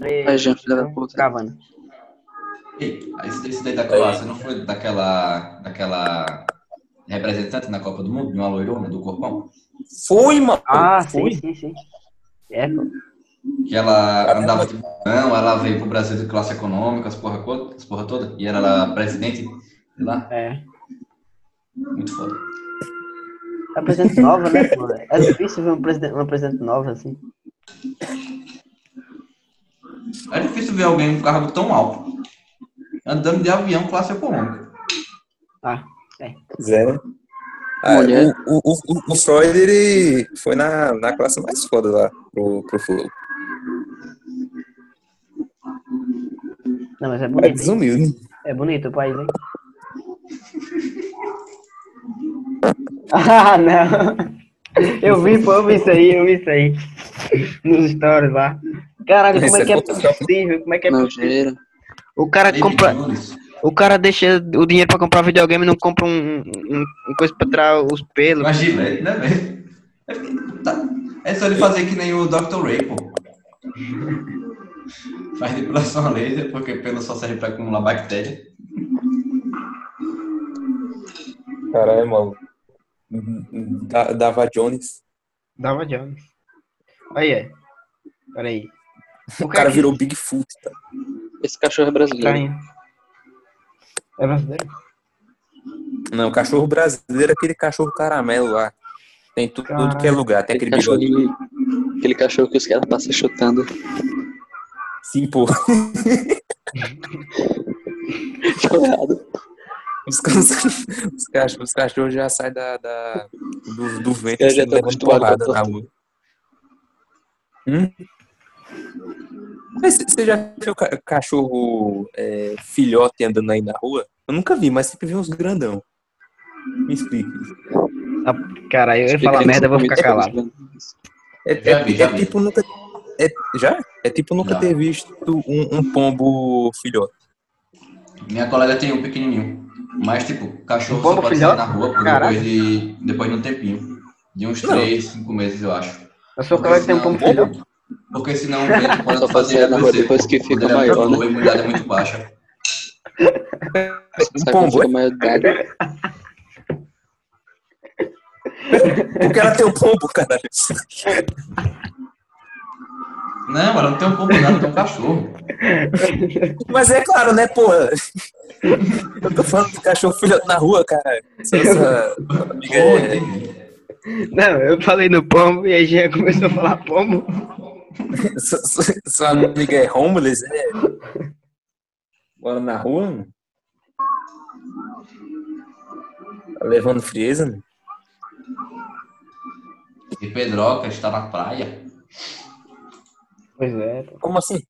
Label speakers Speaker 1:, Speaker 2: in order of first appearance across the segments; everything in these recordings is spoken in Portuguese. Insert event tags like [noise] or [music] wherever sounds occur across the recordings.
Speaker 1: Feijão, filha da puta.
Speaker 2: né? Cavana.
Speaker 3: Ei, esse, esse daí da Croácia não foi daquela, daquela representante na Copa do Mundo, de uma loirona do corpão?
Speaker 4: Foi, mano.
Speaker 2: Ah, sim,
Speaker 4: foi.
Speaker 2: sim, sim. É, pô.
Speaker 3: Que ela andava de não, ela veio pro Brasil de classe econômica, as porra, co- as porra toda, e era lá presidente de lá.
Speaker 2: É.
Speaker 3: Muito foda.
Speaker 2: É uma presidente nova, né, pô? [laughs] É difícil ver uma presidente, uma presidente nova assim.
Speaker 3: É difícil ver alguém com cargo tão alto. Andando de avião classe econômica.
Speaker 2: Ah,
Speaker 4: Pois é, né? Ah,
Speaker 1: Mulher.
Speaker 4: o, o, o, o Freud, ele foi na, na classe mais foda lá pro, pro Flow.
Speaker 2: não, mas é
Speaker 4: É
Speaker 2: bonito. hein?
Speaker 4: desumilde.
Speaker 2: É bonito o país, hein? [laughs] Ah, não. Eu vi, pô, eu vi isso aí, eu vi isso aí. Nos stories lá. Caralho, como é que é possível? Como é que é possível?
Speaker 1: Nojeira.
Speaker 2: O cara compra. O cara deixa o dinheiro pra comprar videogame e não compra um, um- um coisa pra tirar os pelos.
Speaker 3: Imagina, né, velho? É porque tá- É só ele fazer que nem o Dr. Ray, pô. Faz depilação a laser, porque pelo só serve pra acumular bactéria.
Speaker 4: Caralho, mano. Da, Dava Jones.
Speaker 2: Dava Jones. Aí, aí. Peraí. é
Speaker 4: O cara virou Bigfoot, tá?
Speaker 1: Esse cachorro é brasileiro.
Speaker 2: Estranho. tá É brasileiro?
Speaker 4: Não, o cachorro brasileiro é aquele cachorro caramelo lá. Tem tudo, tudo que é
Speaker 2: Caralho.
Speaker 4: lugar. Tem
Speaker 1: Aquele
Speaker 4: aquele
Speaker 1: cachorro,
Speaker 4: bigode.
Speaker 1: que- aquele cachorro que os caras passam chutando. [laughs]
Speaker 4: Sim, pô.
Speaker 1: Tô Tá errado.
Speaker 4: Os, ca- os cachorros, os cachorros já saem da, da- do, do vento.
Speaker 1: Eu já
Speaker 4: assim,
Speaker 1: tô
Speaker 4: levando
Speaker 1: acostumado
Speaker 4: porrada
Speaker 1: com
Speaker 4: na rua. Hum? Mas você já viu ca- cachorro é, filhote andando aí na rua? Eu nunca vi, mas sempre vi uns grandão. Me explica.
Speaker 2: Cara, eu ia falar merda, eu vou ficar calado.
Speaker 4: É,
Speaker 3: Já
Speaker 4: é-
Speaker 3: vi, já
Speaker 4: é
Speaker 3: vi.
Speaker 4: tipo nunca. É, já? É tipo nunca
Speaker 3: Já.
Speaker 4: ter visto um, um pombo
Speaker 1: [laughs]
Speaker 4: filhote.
Speaker 3: Minha colega tem um pequenininho. Mas, tipo, cachorro
Speaker 2: Um pombo
Speaker 3: só pode
Speaker 2: filhote?
Speaker 3: sair na rua pô,
Speaker 2: Caralho.
Speaker 3: depois de, depois de um tempinho. De uns
Speaker 4: Não.
Speaker 3: 3, 5 meses, eu acho.
Speaker 2: Eu sou o cara que tem um pombo filhote.
Speaker 3: Porque senão ele
Speaker 1: [laughs] Só
Speaker 3: pode
Speaker 1: pode sair na rua
Speaker 3: adoecer,
Speaker 1: depois
Speaker 3: pô.
Speaker 1: que fica
Speaker 3: Ele é muito
Speaker 1: maior, né?
Speaker 3: novo, A imunidade é muito baixa.
Speaker 4: Um pombo, é? Porque ela tem um pombo, caralho.
Speaker 3: Não, ela não tem um pombo nada, tem um cachorro.
Speaker 1: [laughs]
Speaker 4: Mas é claro, né, porra? Eu tô falando de cachorro filhote na rua, cara. Essa, essa amiga
Speaker 3: Pô,
Speaker 4: é-
Speaker 3: entendi.
Speaker 2: Não, eu falei no pombo e a Jean começou a falar pombo.
Speaker 4: Sua- sua- Sua amiga é homeless, é? Mora na rua, mano? Tá levando frieza, mano?
Speaker 3: E Pedroca está na praia.
Speaker 2: Pois é, pô.
Speaker 4: Como assim?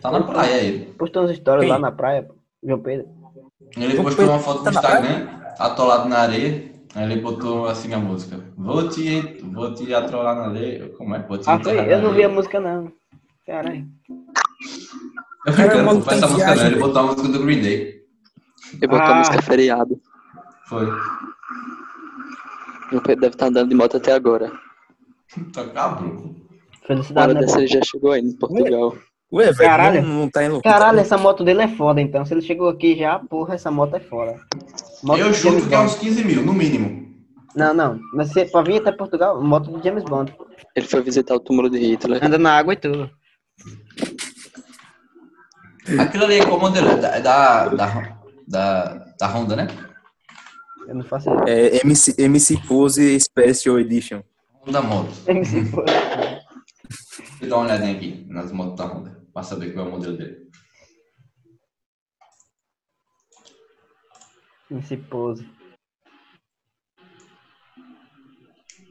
Speaker 3: Tá na praia ele.
Speaker 2: Postou umas histórias
Speaker 4: Quem?
Speaker 2: lá na praia, pô. João Pedro.
Speaker 3: Ele
Speaker 4: Ô,
Speaker 3: postou
Speaker 4: Pedro,
Speaker 3: uma foto no
Speaker 4: tá na
Speaker 3: Instagram, atolado na areia. Aí ele botou assim a música. Vou te, vou te atolar na areia. Como é? Vou te
Speaker 2: Ah, foi?
Speaker 3: enterrar
Speaker 2: Eu
Speaker 3: na
Speaker 2: não vi a
Speaker 3: areia.
Speaker 2: música, não. Caralho.
Speaker 3: Eu brincando,
Speaker 4: Cara,
Speaker 3: não foi essa
Speaker 4: tem
Speaker 3: música não.
Speaker 4: viagem,
Speaker 3: Ele botou a música do Green Day.
Speaker 1: E botar
Speaker 2: Ah.
Speaker 1: a música feriado.
Speaker 3: Foi.
Speaker 1: Meu Pedro deve estar andando de moto até agora.
Speaker 3: Tá cabrudo.
Speaker 1: Na hora
Speaker 2: Felicidade, né?
Speaker 1: dessa ele já chegou aí em Portugal.
Speaker 4: Ué, velho,
Speaker 2: Caralho.
Speaker 4: não, não tá indo.
Speaker 2: Caralho, essa moto dele é foda, então. Se ele chegou aqui já, porra, essa moto é foda. Moto
Speaker 3: Eu
Speaker 2: do James
Speaker 3: chuto que é
Speaker 2: Bond.
Speaker 3: uns 15 mil, no mínimo.
Speaker 2: Não, não. Mas se, pra vir até Portugal, moto do James Bond.
Speaker 1: Ele foi visitar o túmulo de Hitler.
Speaker 2: Anda na água e tudo.
Speaker 3: Aquilo ali é qual modelo? É da, é da, da, da, da Honda, né?
Speaker 2: Eu não faço isso.
Speaker 4: É MC, MC Pose Special Edition.
Speaker 3: Honda
Speaker 2: [laughs]
Speaker 3: Motos.
Speaker 2: MC Pose.
Speaker 3: Deixa eu dar uma olhadinha aqui nas motos da Honda, pra saber qual é o modelo dele.
Speaker 2: MC Pose.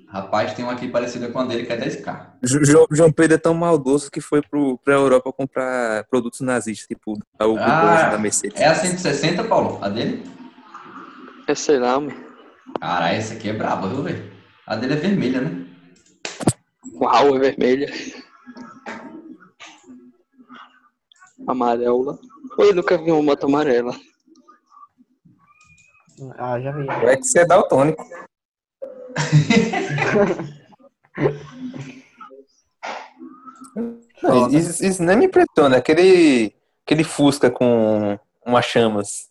Speaker 3: Rapaz, tem uma aqui parecida com a dele, que é 10K.
Speaker 4: Jo- Jo- João Pedro é tão maldoso que foi pro, pra Europa comprar produtos nazistas, tipo da Hugo Boss,
Speaker 3: Ah,
Speaker 4: da Mercedes.
Speaker 3: é a 160, Paulo? A dele?
Speaker 1: Eu sei lá, homem.
Speaker 3: Caralho, essa aqui é braba, viu, velho? A dele é vermelha, né?
Speaker 1: Uau, é vermelha. Amarela. Oi, nunca vi uma moto amarela.
Speaker 2: Ah, já vi.
Speaker 4: É que você é daltônico. Não, isso, isso nem me impressiona. Aquele, aquele Fusca com uma chamas.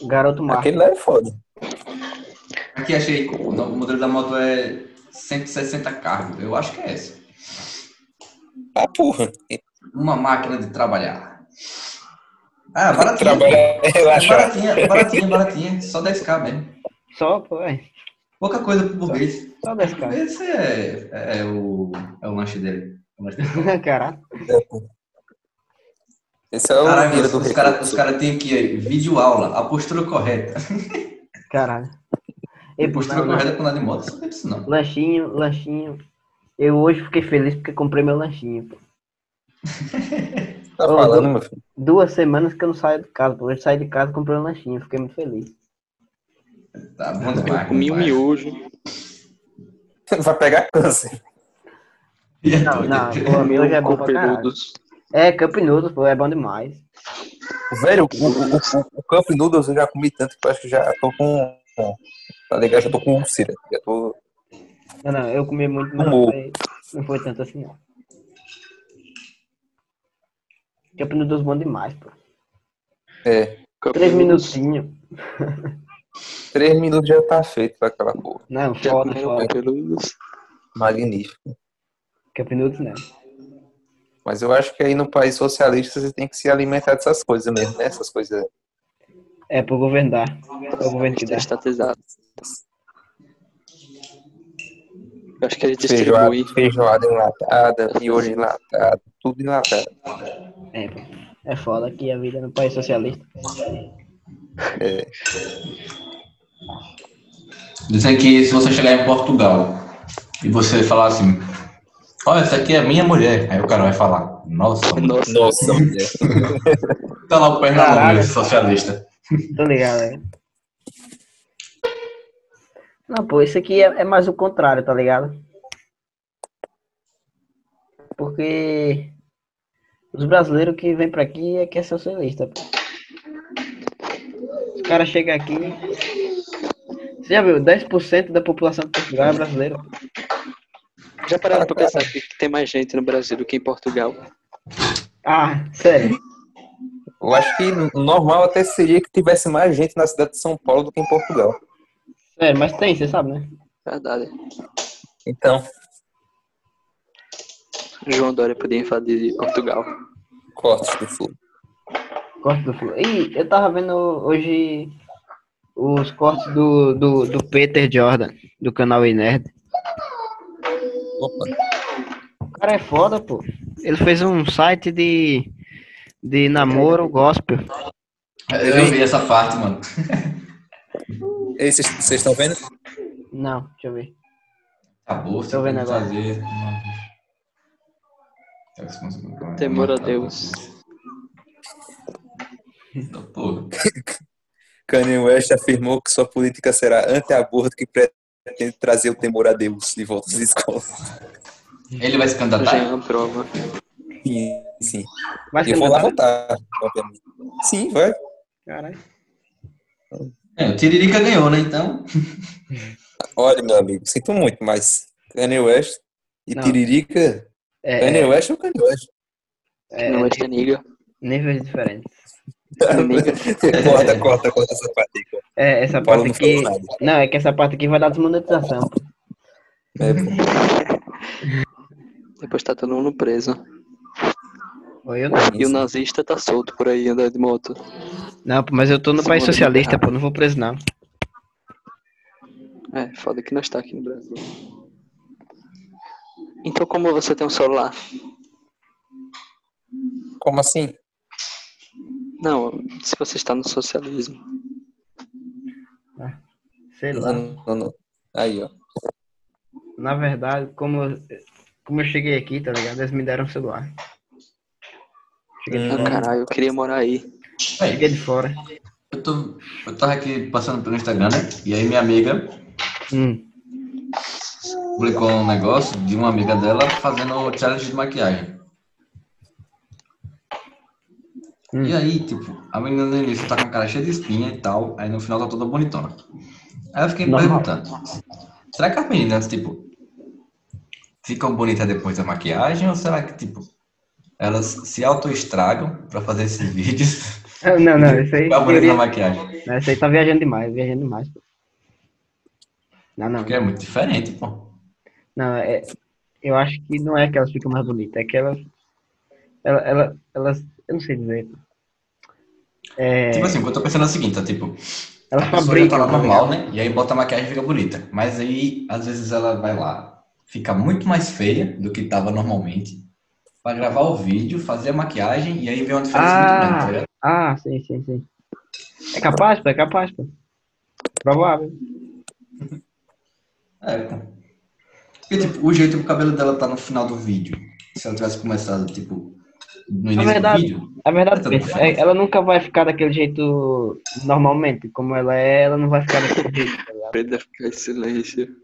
Speaker 2: O garoto Marco.
Speaker 4: Aquele lá é foda.
Speaker 3: Aqui achei. O no- o modelo da moto é 160 carros. Eu acho que é essa.
Speaker 4: Ah, porra. [laughs]
Speaker 3: Uma máquina de trabalhar. Ah, baratinha.
Speaker 4: Trabalhar é relaxar.
Speaker 3: Baratinha, baratinha, baratinha. Só 10k mesmo.
Speaker 2: Só, pô, é.
Speaker 3: Pouca coisa pro burguês.
Speaker 2: Só 10 caras.
Speaker 3: Esse é, é o, é o lanche dele. O lanche dele.
Speaker 2: [laughs] Caralho.
Speaker 4: Esse é o
Speaker 3: Caralho,
Speaker 4: Lira
Speaker 3: os,
Speaker 4: do
Speaker 3: os
Speaker 4: Rei.
Speaker 3: caras os cara têm aqui vídeo aula, a postura correta.
Speaker 2: Caralho.
Speaker 3: A
Speaker 2: E
Speaker 3: postura correta com nada de moto, não é isso não.
Speaker 2: Lanchinho, lanchinho. Eu hoje fiquei feliz porque comprei meu lanchinho. pô.
Speaker 4: Tá falando, meu filho.
Speaker 2: Duas semanas que eu não saio de casa. pô. Hoje saí de casa e comprei um lanchinho. Fiquei muito feliz.
Speaker 3: Tá bom
Speaker 1: Eu
Speaker 3: demais.
Speaker 1: comi um
Speaker 3: rapaz. [laughs]
Speaker 1: miojo.
Speaker 4: [laughs] Vai pegar câncer.
Speaker 3: E é
Speaker 2: Não,
Speaker 3: doido.
Speaker 2: não, pô,
Speaker 1: Comi
Speaker 2: miojo é
Speaker 1: um
Speaker 2: bom
Speaker 1: com
Speaker 2: pra caralho.
Speaker 1: peludos.
Speaker 2: É, Camp Nudos, pô, é bom demais.
Speaker 4: Velho, o, o, o, o Camp Noodles eu já comi tanto que eu acho que já tô com. Tá ligado? Já tô com úlcera. Já tô.
Speaker 2: Não, não, eu comi muito, mas não
Speaker 4: Amor.
Speaker 2: foi, não foi tanto assim, não. Camp Nudos bom demais, pô.
Speaker 4: É.
Speaker 2: Três minutinhos.
Speaker 4: Três minutos já tá feito pra aquela porra.
Speaker 2: Não,
Speaker 1: Já
Speaker 2: foda,
Speaker 1: comeram
Speaker 2: foda.
Speaker 1: com peludos.
Speaker 4: Magnífico.
Speaker 2: Camp Nudos não.
Speaker 4: Mas eu acho que aí no país socialista você tem que se alimentar dessas coisas mesmo, né? Essas coisas.
Speaker 2: É pro governo dar. É o governo que dá.
Speaker 1: Estatizado. Eu acho que eles
Speaker 4: Feijoada,
Speaker 1: distribuem.
Speaker 4: feijoada enlatada, miojo enlatado, tudo enlatado.
Speaker 2: É, pô. É foda que a vida no país socialista.
Speaker 3: Dizem que se você chegar em Portugal e você falar assim, olha, essa aqui é minha mulher. Aí o cara vai falar, nossa, mano.
Speaker 1: Nossa,
Speaker 4: [laughs] Nossa, mulher.
Speaker 3: tá lá o Pernalonga,
Speaker 2: Caralho.
Speaker 3: esse socialista.
Speaker 2: Tô ligado, é. Não, pô, isso aqui é, é mais o contrário, tá ligado? Porque os brasileiros que vêm pra aqui é que é socialista, pô. Os caras chegam aqui. Você já viu? 10% da população de Portugal é brasileira.
Speaker 1: já pararam pra pensar que tem mais gente no Brasil do que em Portugal?
Speaker 2: Ah, sério.
Speaker 4: Eu acho que normal até seria que tivesse mais gente na cidade de São Paulo do que em Portugal.
Speaker 2: Sério, mas tem, você sabe, né?
Speaker 1: Verdade.
Speaker 4: Então,
Speaker 1: João Dória podia falar de Portugal.
Speaker 4: corte do fogo.
Speaker 2: Corte do Flu. Ih, eu tava vendo hoje os cortes do, do, do Peter Jordan, do canal Inerd.
Speaker 4: Opa,
Speaker 2: O cara é foda, pô. Ele fez um site de, de namoro gospel.
Speaker 3: Eu vi essa parte, mano.
Speaker 4: Ei, vocês vocês estão vendo?
Speaker 2: Não, deixa eu ver.
Speaker 3: Acabou,
Speaker 2: Tô
Speaker 3: você
Speaker 2: vendo
Speaker 3: tem que
Speaker 2: agora.
Speaker 3: fazer. Tá com esse monte de-
Speaker 1: Temor a Deus.
Speaker 3: Então, Pô,
Speaker 4: Kanye West afirmou que sua política será anti-aborto que pretende trazer o temor a Deus de volta às escolas. [laughs]
Speaker 3: ele vai se
Speaker 1: Já é
Speaker 3: candidatar.
Speaker 1: uma prova.
Speaker 4: Sim, sim.
Speaker 2: Vai
Speaker 4: Eu vou lá
Speaker 2: candidatar?
Speaker 4: votar, obviamente. Sim, vai.
Speaker 2: Caralho.
Speaker 3: É, o Tiririca ganhou, né? Então.
Speaker 4: Olha, meu amigo, sinto muito, mas Kanye West e
Speaker 2: Não.
Speaker 4: Tiririca.
Speaker 2: É,
Speaker 4: Kanye West é o Kanye West.
Speaker 2: é,
Speaker 1: Não
Speaker 2: é,
Speaker 1: é niga.
Speaker 2: níveis diferentes.
Speaker 4: [laughs] corta, corta, corta essa parte aí. corta.
Speaker 2: É, essa
Speaker 4: O Paulo
Speaker 2: parte
Speaker 4: não falou
Speaker 2: aqui.
Speaker 4: nada.
Speaker 2: Não, é que essa parte aqui vai dar desmonetização. pô.
Speaker 4: É, pô.
Speaker 1: Depois tá todo mundo preso.
Speaker 2: Ou eu não.
Speaker 1: E o nazista tá solto por aí andando de moto.
Speaker 2: Não, pô, mas eu tô no país socialista, pô. Não vou preso, não.
Speaker 1: É, foda que nós tá aqui no Brasil. Então como você tem um celular?
Speaker 4: Como assim?
Speaker 1: Não, se você está no socialismo.
Speaker 2: Sei lá.
Speaker 4: Não, não, não. Aí, ó.
Speaker 2: Na verdade, como eu, como eu cheguei aqui, tá ligado? Eles me deram um celular. Cheguei,
Speaker 4: Hum.
Speaker 1: Ah, caralho, eu queria morar aí.
Speaker 3: Aí,
Speaker 2: cheguei de fora.
Speaker 3: Eu, tô, eu tava aqui passando pelo Instagram, né? E aí minha amiga
Speaker 2: Hum.
Speaker 3: publicou um negócio de uma amiga dela fazendo o challenge de maquiagem.
Speaker 2: Hum.
Speaker 3: E aí, tipo, a menina no início tá com a cara cheia de espinha e tal, aí no final tá toda bonitona. Aí eu fiquei me
Speaker 2: Normal.
Speaker 3: perguntando, será que a menina, tipo, ficam bonitas depois da maquiagem ou será que, tipo, elas se autoestragam pra fazer esses vídeos? [laughs]
Speaker 2: Ah, Não, não, isso aí.
Speaker 3: Pra bonita
Speaker 2: teoria-
Speaker 3: na maquiagem.
Speaker 2: Não, Isso aí tá viajando demais, viajando demais. pô. Não, não.
Speaker 3: Porque é muito diferente, pô.
Speaker 2: Não, é, eu acho que não é que elas ficam mais bonitas, é que elas. Ela, ela, elas. Eu não sei dizer. É,
Speaker 3: Tipo assim, o que eu tô pensando é o seguinte, é tipo,
Speaker 2: elas
Speaker 3: a pessoa já tá
Speaker 2: fabricam.
Speaker 3: lá
Speaker 2: tá ligado?
Speaker 3: normal, né? E aí bota a maquiagem e fica bonita. Mas aí, às vezes, ela vai lá, fica muito mais feia do que tava normalmente, pra gravar o vídeo, fazer a maquiagem, e aí vem uma diferença
Speaker 2: Ah.
Speaker 3: muito grande, tá ligado?
Speaker 2: Ah, sim, sim, sim. É capaz, pô, é capaz, pô. Provável.
Speaker 3: É, pô. Porque, tipo, o jeito que o cabelo dela tá no final do vídeo, se ela tivesse começado, tipo, no início
Speaker 2: É verdade.
Speaker 3: do vídeo,
Speaker 2: A verdade
Speaker 3: Tá
Speaker 2: é, essa, é- ela nunca vai ficar daquele jeito normalmente, como ela é, ela não vai ficar daquele jeito. tá ligado?
Speaker 1: Pedro ficar em silêncio.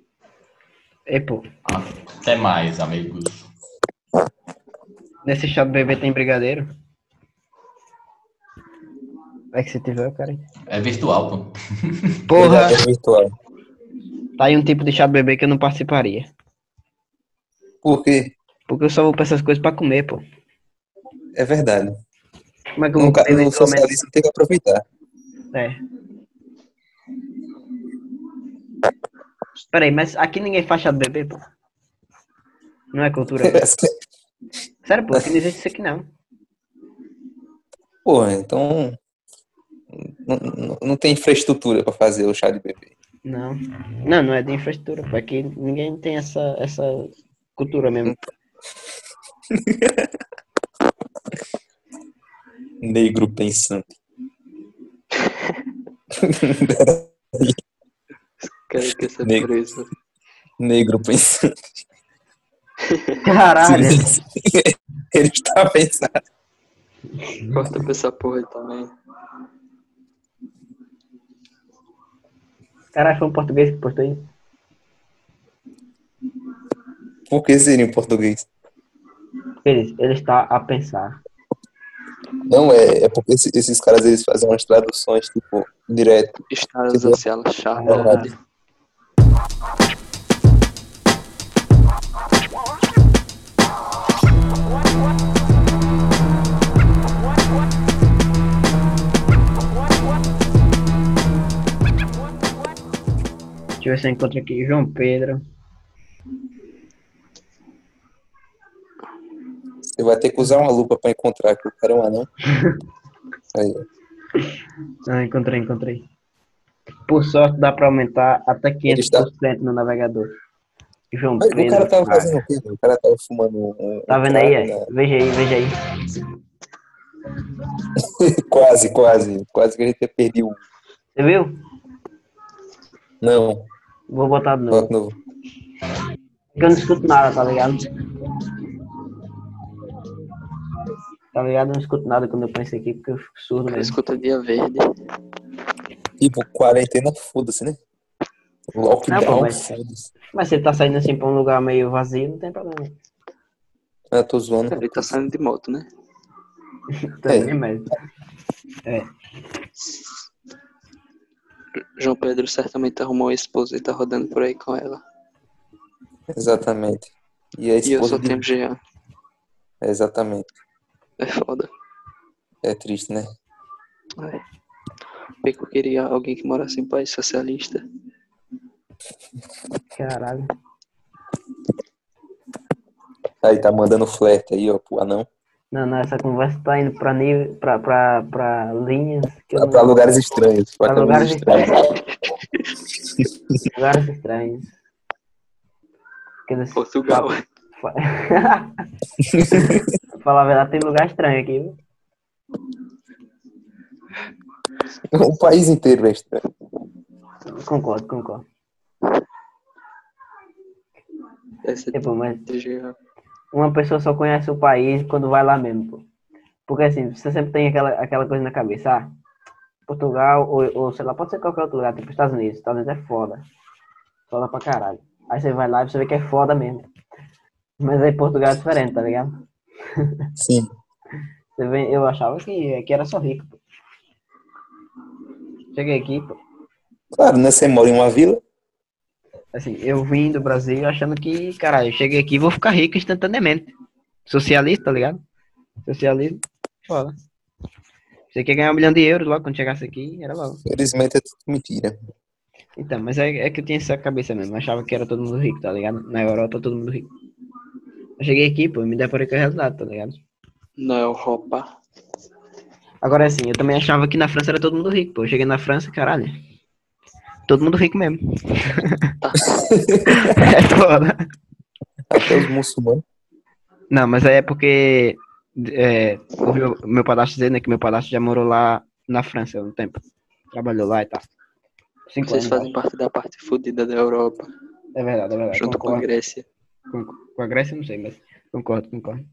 Speaker 2: É, pô,
Speaker 3: até mais, amigos.
Speaker 2: nesse chá do bebê tem brigadeiro? É que se tiver, cara.
Speaker 3: É virtual, pô.
Speaker 2: Porra!
Speaker 4: Verdadeiro é virtual.
Speaker 2: Tá aí um tipo de chá do bebê que eu não participaria.
Speaker 4: Por quê?
Speaker 2: Porque eu só vou pra essas coisas pra comer, pô.
Speaker 4: É verdade.
Speaker 2: Como é que eu vou
Speaker 4: Nunca,
Speaker 2: comer
Speaker 4: o
Speaker 2: eventualmente?
Speaker 4: socialista tem que aproveitar.
Speaker 2: É. Peraí, mas aqui ninguém faz chá do bebê, pô. Não
Speaker 4: [laughs]
Speaker 2: é cultura. Sério, pô, aqui não existe isso aqui não.
Speaker 4: Porra, então. Não, não- não tem infraestrutura pra fazer o chá de bebê.
Speaker 2: Não. Não, não é de infraestrutura, pô. Aqui ninguém tem essa, essa cultura mesmo.
Speaker 4: Negro [laughs] pensando.
Speaker 1: Cara, que essa
Speaker 4: Nego.
Speaker 1: pureza.
Speaker 4: Negro pensando.
Speaker 2: Caralho. né?
Speaker 4: [laughs] Ele está pensando.
Speaker 1: Corta pra essa porra aí também.
Speaker 2: Caralho, foi um português que postou isso.
Speaker 4: Por que seria em português?
Speaker 2: Ele, ele está a pensar.
Speaker 4: Não, é, é porque esse- esses caras eles fazem umas traduções, tipo, direto.
Speaker 1: Está ansiando assim, charla.
Speaker 4: Verdade.
Speaker 2: Deixa eu ver se eu encontro aqui. João Pedro.
Speaker 4: Você vai ter que usar uma lupa pra encontrar que o cara é um
Speaker 2: [laughs]
Speaker 4: anão. Aí, ó.
Speaker 2: Ah, encontrei, encontrei. Por sorte, dá pra aumentar até
Speaker 4: Ele está-
Speaker 2: 500% no navegador. João
Speaker 4: Mas o
Speaker 2: Pedro.
Speaker 4: cara tava
Speaker 2: cara.
Speaker 4: fazendo o quê? O cara tava fumando um. um
Speaker 2: Tá vendo aí?
Speaker 4: trago,
Speaker 2: ó? Veja aí, veja aí.
Speaker 4: né? [laughs] quase, quase. Quase que a gente perdeu.
Speaker 2: Você viu?
Speaker 4: Não,
Speaker 2: Vou botar de novo.
Speaker 4: bota novo.
Speaker 2: Porque eu não escuto nada, tá ligado? Tá ligado? Eu não escuto nada quando eu penso aqui, porque eu fico surdo
Speaker 4: é.
Speaker 1: Cara,
Speaker 2: mesmo.
Speaker 1: escuta dia verde.
Speaker 4: Tipo, quarentena, foda-se, né?
Speaker 2: Não, pô,
Speaker 4: Lockdown,
Speaker 2: Tá mas-
Speaker 4: foda-se.
Speaker 2: Mas se ele tá saindo assim pra um lugar meio vazio, não tem problema.
Speaker 4: Ah, tô zoando.
Speaker 2: [laughs]
Speaker 1: Cara, ele tá saindo de moto, né?
Speaker 4: É.
Speaker 2: Também, mas.
Speaker 1: João Pedro certamente arrumou uma esposa e tá rodando por aí com ela.
Speaker 4: Exatamente. E a
Speaker 1: E eu
Speaker 4: esposa.
Speaker 1: só
Speaker 4: de-
Speaker 1: tenho Jean.
Speaker 4: É, Exatamente.
Speaker 1: É foda.
Speaker 4: É triste, né?
Speaker 1: É. Pico queria alguém que morasse em país socialista.
Speaker 2: Caralho.
Speaker 4: Aí tá mandando flerte aí, ó, pro anão.
Speaker 2: Não, não, essa conversa tá indo pra nível. pra, pra, pra linhas que eu
Speaker 4: Pra,
Speaker 2: não.
Speaker 4: pra lugares estranhos. Pra,
Speaker 2: pra
Speaker 4: caminhos
Speaker 2: lugares
Speaker 4: estranhos. [laughs]
Speaker 2: estranhos. lugares estranhos. Quer dizer,
Speaker 1: Portugal.
Speaker 2: fa- [laughs] pra falar a verdade, tem lugar estranho aqui, viu?
Speaker 4: O país inteiro é estranho.
Speaker 2: Concordo, concordo.
Speaker 4: É
Speaker 1: Essa
Speaker 2: Tipo, mas
Speaker 1: de Jean.
Speaker 2: uma pessoa só conhece o país quando vai lá mesmo, pô. Porque assim, você sempre tem aquela, aquela coisa na cabeça, ah, Portugal, ou, ou sei lá, pode ser qualquer outro lugar, tipo Estados Unidos, Estados Unidos é foda. Foda pra caralho. Aí você vai lá e você vê que é foda mesmo. Mas aí Portugal é diferente, tá ligado?
Speaker 4: Sim.
Speaker 2: Você vê, eu achava que aqui era só rico, pô. Cheguei aqui, pô.
Speaker 4: Claro, né? Você mora em uma vila.
Speaker 2: Assim, eu vim do Brasil achando que, caralho, eu cheguei aqui e vou ficar rico instantaneamente. Socialista, tá ligado? Socialismo, foda. Você quer ganhar um milhão de euros logo quando chegasse aqui, era logo.
Speaker 4: Felizmente é tudo mentira.
Speaker 2: Então, mas é, é que eu tinha essa cabeça mesmo. Eu achava que era todo mundo rico, tá ligado? Na Europa todo mundo rico. Eu cheguei aqui, pô, me deparei com a realidade, tá ligado?
Speaker 1: Na Europa.
Speaker 2: Agora assim, eu também achava que na França era todo mundo rico, pô. Eu cheguei na França, caralho. Todo mundo rico mesmo. [laughs] é foda.
Speaker 4: Até os muçulmanos.
Speaker 2: Não, mas aí é porque é, ouvi o meu padastro dizer, né, que meu padastro já morou lá na França há um tempo. Trabalhou lá e tal. Cinco
Speaker 1: Vocês
Speaker 2: anos,
Speaker 1: fazem
Speaker 4: né?
Speaker 1: parte da parte fodida da Europa,
Speaker 2: acho. É verdade, é verdade.
Speaker 1: junto com a
Speaker 4: né?
Speaker 2: Concordo.
Speaker 1: Grécia.
Speaker 2: Com, com a Grécia, não sei, mas concordo, concordo.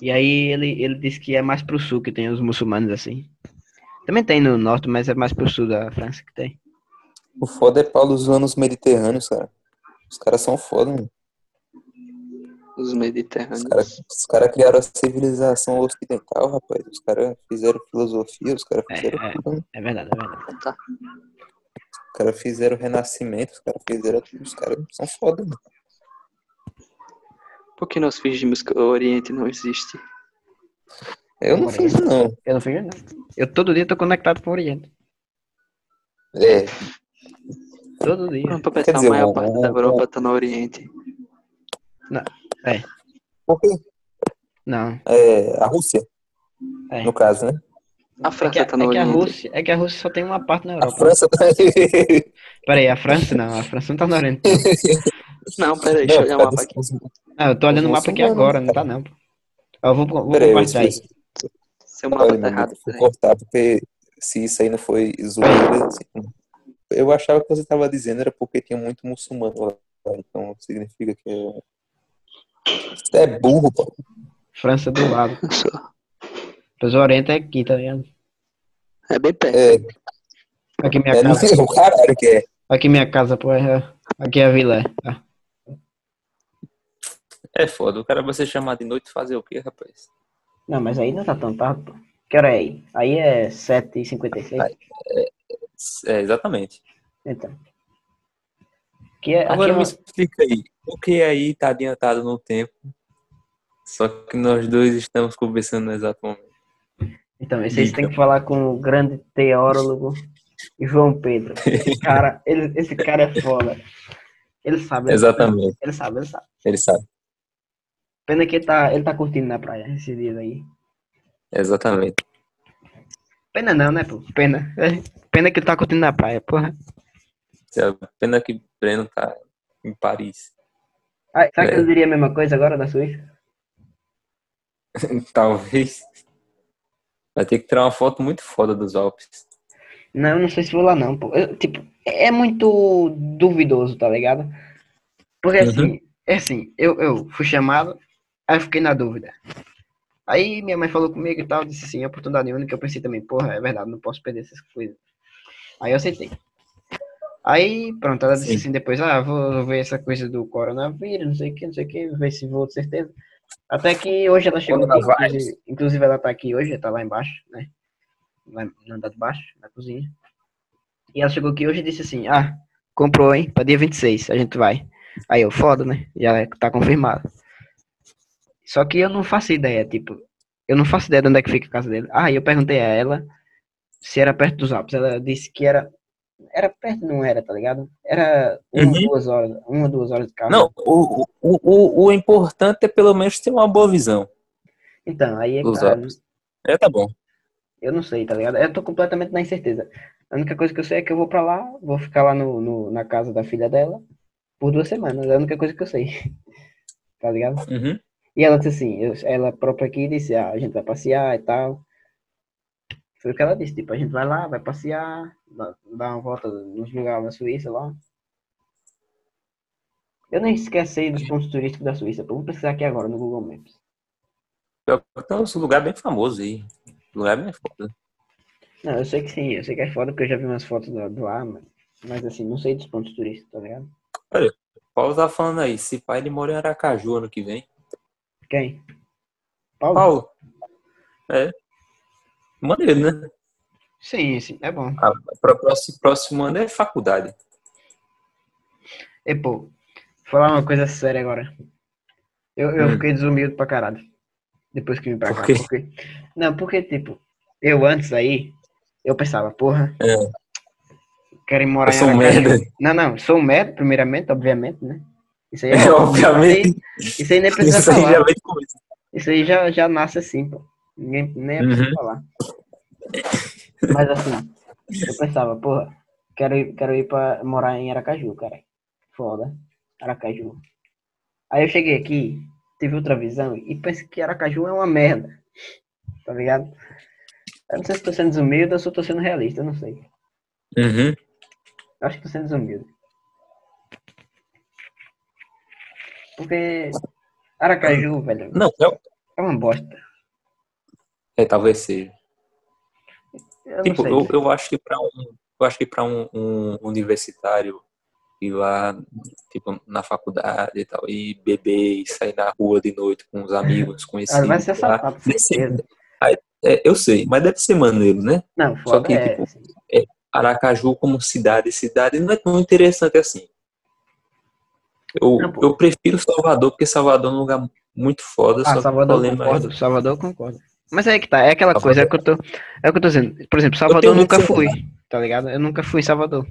Speaker 2: E aí ele, ele disse que é mais pro sul que tem os muçulmanos assim. Também tem no norte, mas é mais pro sul da França que tem.
Speaker 4: O foda é Paulo usando os mediterrâneos, cara. Os caras são foda, mano.
Speaker 1: Os
Speaker 4: Os
Speaker 1: mediterrâneos.
Speaker 4: caras os cara criaram a civilização ocidental, rapaz. Os caras fizeram filosofia, os caras
Speaker 2: É,
Speaker 4: fizeram
Speaker 2: é.
Speaker 4: tudo, mano.
Speaker 2: É verdade, é verdade.
Speaker 1: Tá.
Speaker 4: Os caras fizeram renascimento, os caras fizeram tudo. Os caras são foda, mano.
Speaker 1: Por que nós fingimos que o Oriente não existe?
Speaker 4: Eu não
Speaker 2: é.
Speaker 4: fiz, não.
Speaker 2: Eu não fiz nada. Eu todo dia tô conectado com o Oriente.
Speaker 4: É,
Speaker 2: Todo dia.
Speaker 1: Pra pensar,
Speaker 4: dizer,
Speaker 1: a
Speaker 2: um
Speaker 1: maior
Speaker 4: o-
Speaker 1: parte
Speaker 4: o-
Speaker 1: da Europa tá no Oriente.
Speaker 4: porque
Speaker 2: Não.
Speaker 4: é, a Rússia,
Speaker 2: É.
Speaker 4: no caso, né?
Speaker 1: A
Speaker 2: É que,
Speaker 1: França
Speaker 2: a-
Speaker 1: tá no
Speaker 2: é que a
Speaker 1: Oriente.
Speaker 2: Rússia, é que a Rússia só tem uma parte na
Speaker 4: A
Speaker 2: Europa.
Speaker 4: França tá aí.
Speaker 2: Peraí, a França não, a França não tá no Oriente.
Speaker 1: [laughs] Não, peraí, deixa
Speaker 4: [laughs]
Speaker 1: eu
Speaker 4: É,
Speaker 1: olhar o mapa aqui.
Speaker 2: Ah, eu tô olhando o mapa aqui
Speaker 4: muçulmanos,
Speaker 2: agora, não tá não. pô. Ó, eu vou, vou
Speaker 4: Peraí,
Speaker 2: compartilhar aí.
Speaker 1: Seu mapa tá
Speaker 4: mano,
Speaker 1: errado.
Speaker 4: Vou
Speaker 1: peraí.
Speaker 4: cortar, porque se isso aí não foi zoeira, assim, eu achava que você tava dizendo era porque tinha muito muçulmano lá. Então significa que eu... Você é burro, pô.
Speaker 2: França do lado. [laughs] Pois o Oriente é aqui, tá ligado?
Speaker 1: É bem perto.
Speaker 4: É,
Speaker 2: Aqui minha
Speaker 4: é, não
Speaker 2: casa.
Speaker 4: sei [laughs] o caralho que é.
Speaker 2: Aqui minha casa, pô. é- Aqui é a vila. Ah,
Speaker 5: É foda, o cara vai ser chamado de noite fazer o quê, rapaz?
Speaker 2: Não, mas aí não tá tão tarde, pô. Que hora é aí? Aí é 7h56.
Speaker 5: É, exatamente.
Speaker 2: Então. Aqui é, aqui
Speaker 5: Agora
Speaker 2: é
Speaker 5: me
Speaker 2: uma...
Speaker 5: explica aí, o que aí tá adiantado no tempo? Só que nós dois estamos conversando no exato momento.
Speaker 2: Então, esse aí você tem que falar com o grande teólogo João Pedro. Esse cara, ele, esse cara é foda. Ele sabe. Ele,
Speaker 5: Exatamente,
Speaker 2: Ele sabe, ele sabe.
Speaker 5: ele sabe.
Speaker 2: Pena que ele tá, ele tá curtindo na praia esses dias aí.
Speaker 5: Exatamente.
Speaker 2: Pena não, né, pô? Pena. [laughs] Pena que ele tá curtindo na praia, porra.
Speaker 5: é Pena que Breno tá em Paris.
Speaker 2: Ah, será que
Speaker 5: É.
Speaker 2: ele diria a mesma coisa agora da Suíça?
Speaker 5: Talvez. Vai ter que tirar uma foto muito foda dos Alpes.
Speaker 2: Não, não sei se vou lá não, pô. Eu, tipo, é muito duvidoso, tá ligado? Porque
Speaker 5: Uhum.
Speaker 2: assim, é assim, eu, eu fui chamado, aí eu fiquei na dúvida. Aí minha mãe falou comigo e tal, disse sim, oportunidade única, eu pensei também, porra, é verdade, não posso perder essas coisas. Aí eu aceitei. Aí, pronto, ela disse
Speaker 5: Sim.
Speaker 2: assim depois, ah, vou ver essa coisa do coronavírus, não sei o que, não sei o que, ver se vou, de certeza. Até que hoje ela chegou aqui,
Speaker 5: Coronavírus.
Speaker 2: inclusive, inclusive ela tá aqui hoje, tá lá embaixo, né? Lá no andar de baixo, na cozinha. E ela chegou aqui hoje e disse assim, ah, comprou, hein, pra dia 26, a gente vai. Aí eu, foda, né, já tá confirmado. Só que eu não faço ideia, tipo, eu não faço ideia de onde é que fica a casa dele. Ah, e eu perguntei a ela se era perto dos Alpes, ela disse que era, era perto, não era, tá ligado? Era uma,
Speaker 5: Uhum.
Speaker 2: duas horas, uma, duas horas de carro.
Speaker 5: Não, o, o, o, o importante é pelo menos ter uma boa visão.
Speaker 2: Então, aí é
Speaker 5: Dos
Speaker 2: claro,
Speaker 5: Alpes. É, tá bom.
Speaker 2: Eu não sei, tá ligado? Eu tô completamente na incerteza. A única coisa que eu sei é que eu vou pra lá, vou ficar lá no, no- na casa da filha dela por duas semanas. É a única coisa que eu sei. [laughs] tá ligado?
Speaker 5: Uhum.
Speaker 2: E ela disse assim, eu- ela própria aqui disse, ah, a gente vai passear e tal. Foi o que ela disse, tipo, a gente vai lá, vai passear, dá, dá uma volta nos lugares da Suíça lá. Eu nem esqueci dos pontos turísticos da Suíça, pô. Vou pesquisar aqui agora no Google Maps.
Speaker 5: Pior que Tem uns lugar bem famoso aí. Lugar bem foda.
Speaker 2: Não, eu sei que sim, eu sei que é foda porque eu já vi umas fotos do, do ar, mas, mas assim, não sei dos pontos turísticos, tá ligado?
Speaker 5: Paulo tá falando aí, se pai ele mora em Aracaju ano que vem.
Speaker 2: Quem? Paulo?
Speaker 5: Paulo. É. Maneiro, né?
Speaker 2: Sim, sim, é bom.
Speaker 5: Ah, pra próximo, próximo ano é faculdade.
Speaker 2: E pô, falar uma coisa séria agora. Eu, eu
Speaker 4: Hum.
Speaker 2: fiquei desumilde pra caralho. Depois que vim pra
Speaker 4: Por
Speaker 2: cá.
Speaker 4: quê?
Speaker 2: Porque... Não, porque tipo, eu antes aí, eu pensava, porra,
Speaker 4: É.
Speaker 2: querem morar
Speaker 4: Eu sou um
Speaker 2: Aracaju.
Speaker 4: merda.
Speaker 2: Não, não, sou um merda, primeiramente, obviamente, né? Isso aí
Speaker 4: É, obviamente.
Speaker 2: Isso aí, isso aí nem precisa
Speaker 4: Isso aí é
Speaker 2: falar.
Speaker 4: já vem com isso.
Speaker 2: Isso aí já, já nasce assim, pô. Ninguém nem é preciso
Speaker 4: Uhum.
Speaker 2: falar. Mas assim, eu pensava, porra, quero ir, quero ir pra morar em Aracaju, cara. Foda. Aracaju. Aí eu cheguei aqui, tive outra visão e pensei que Aracaju é uma merda. Tá ligado? Eu não sei se tô sendo desumilde ou se eu tô sendo realista, eu não sei.
Speaker 4: Uhum.
Speaker 2: Eu acho que tô sendo desumilde. Porque Aracaju, velho,
Speaker 4: Não, eu...
Speaker 2: é uma bosta.
Speaker 4: é, talvez seja.
Speaker 2: Eu não
Speaker 4: Tipo,
Speaker 2: sei.
Speaker 4: eu, eu acho que para um, eu acho que para um, um universitário ir lá, tipo, na faculdade e tal, e beber e sair na rua de noite com os amigos,
Speaker 2: Ela
Speaker 4: conhecidos.
Speaker 2: Ah, vai ser
Speaker 4: lá,
Speaker 2: assaltada,
Speaker 4: deve ser-
Speaker 2: certeza.
Speaker 4: é, eu sei, mas deve ser maneiro, né?
Speaker 2: Não,
Speaker 4: Só
Speaker 2: foda
Speaker 4: que,
Speaker 2: é.
Speaker 4: tipo, Aracaju como cidade, cidade não é tão interessante assim. Eu,
Speaker 2: Não, pô.
Speaker 4: eu prefiro Salvador, porque Salvador é um lugar muito foda, só
Speaker 2: Ah,
Speaker 4: que o
Speaker 2: Salvador eu
Speaker 4: problema é-
Speaker 2: concordo. Salvador eu concordo. Mas é que tá, é aquela
Speaker 4: Salvador.
Speaker 2: coisa, é o que eu tô. É o que eu tô dizendo. Por
Speaker 4: tenho
Speaker 2: exemplo, Salvador eu
Speaker 4: muito
Speaker 2: nunca fui,
Speaker 4: saudade.
Speaker 2: tá ligado? Eu nunca fui em Salvador.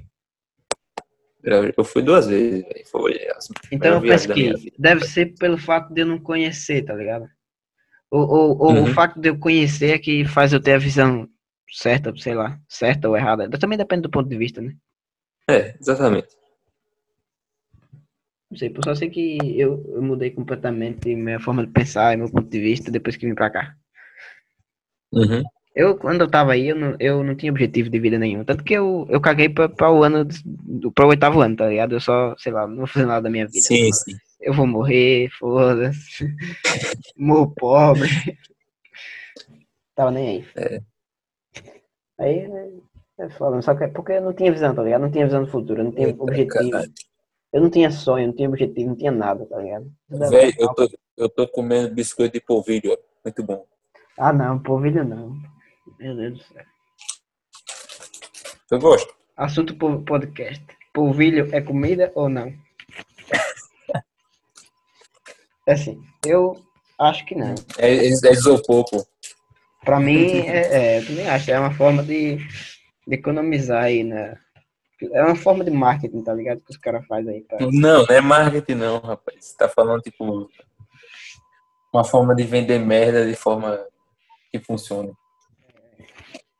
Speaker 4: Eu- Eu fui duas vezes, velho. Foi as
Speaker 2: Então eu
Speaker 4: viagem
Speaker 2: penso
Speaker 4: da minha
Speaker 2: que
Speaker 4: vida.
Speaker 2: deve ser pelo fato de eu não conhecer, tá ligado? Ou, ou, ou o
Speaker 4: Uhum.
Speaker 2: fato de eu conhecer é que faz eu ter a visão certa, sei lá, certa ou errada. Também depende do ponto de vista, né?
Speaker 4: É, exatamente.
Speaker 2: Não sei, eu só sei que eu, eu mudei completamente minha forma de pensar e meu ponto de vista depois que vim pra cá.
Speaker 4: Uhum.
Speaker 2: Eu, quando eu tava aí, eu não, eu não tinha objetivo de vida nenhum. Tanto que eu, eu caguei pra, pra o ano, do- pra o oitavo ano, tá ligado? Eu só, sei lá, não vou fazer nada da minha vida.
Speaker 4: Sim, sim.
Speaker 2: Eu vou morrer, foda-se. [laughs] Morro pobre. tava nem aí.
Speaker 4: É.
Speaker 2: Aí, né, é foda, só que é porque eu não tinha visão, tá ligado? Não tinha visão do futuro, eu não
Speaker 4: É
Speaker 2: tinha objetivo.
Speaker 4: caralho.
Speaker 2: Eu não tinha sonho, não tinha objetivo, não tinha nada, tá ligado?
Speaker 4: Velho, eu tô, eu tô comendo biscoito de polvilho, ó. Muito bom.
Speaker 2: Ah, não, polvilho não. Meu Deus do céu.
Speaker 4: Eu gosto.
Speaker 2: Assunto po- podcast. Polvilho é comida ou não? É Assim, eu acho que não.
Speaker 4: É, é, é isopor, pô.
Speaker 2: Pra mim, é, é, eu também acho. É uma forma de, de economizar aí, né? É uma forma de marketing, tá ligado? Que os caras fazem aí. Pra...
Speaker 4: Não, não é marketing não, rapaz. Você tá falando, tipo, uma forma de vender merda de forma que funciona.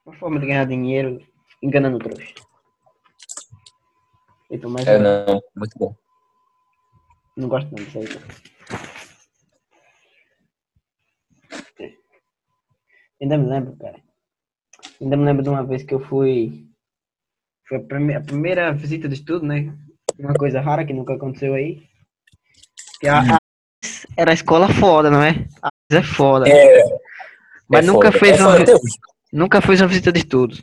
Speaker 2: Uma forma de ganhar dinheiro enganando o trouxa. Então, mas
Speaker 4: É,
Speaker 2: eu
Speaker 4: não. Muito bom.
Speaker 2: não gosto não disso aí. não. Ainda me lembro, cara. Ainda me lembro de uma vez que eu fui. Foi a prime- a primeira, visita de estudo, né? Uma coisa rara que nunca aconteceu aí. Que a, a- era a escola foda, não é? A é foda. Mas
Speaker 4: É
Speaker 2: nunca,
Speaker 4: foda.
Speaker 2: fez
Speaker 4: É
Speaker 2: uma,
Speaker 4: foda até hoje.
Speaker 2: nunca fez uma visita de estudo.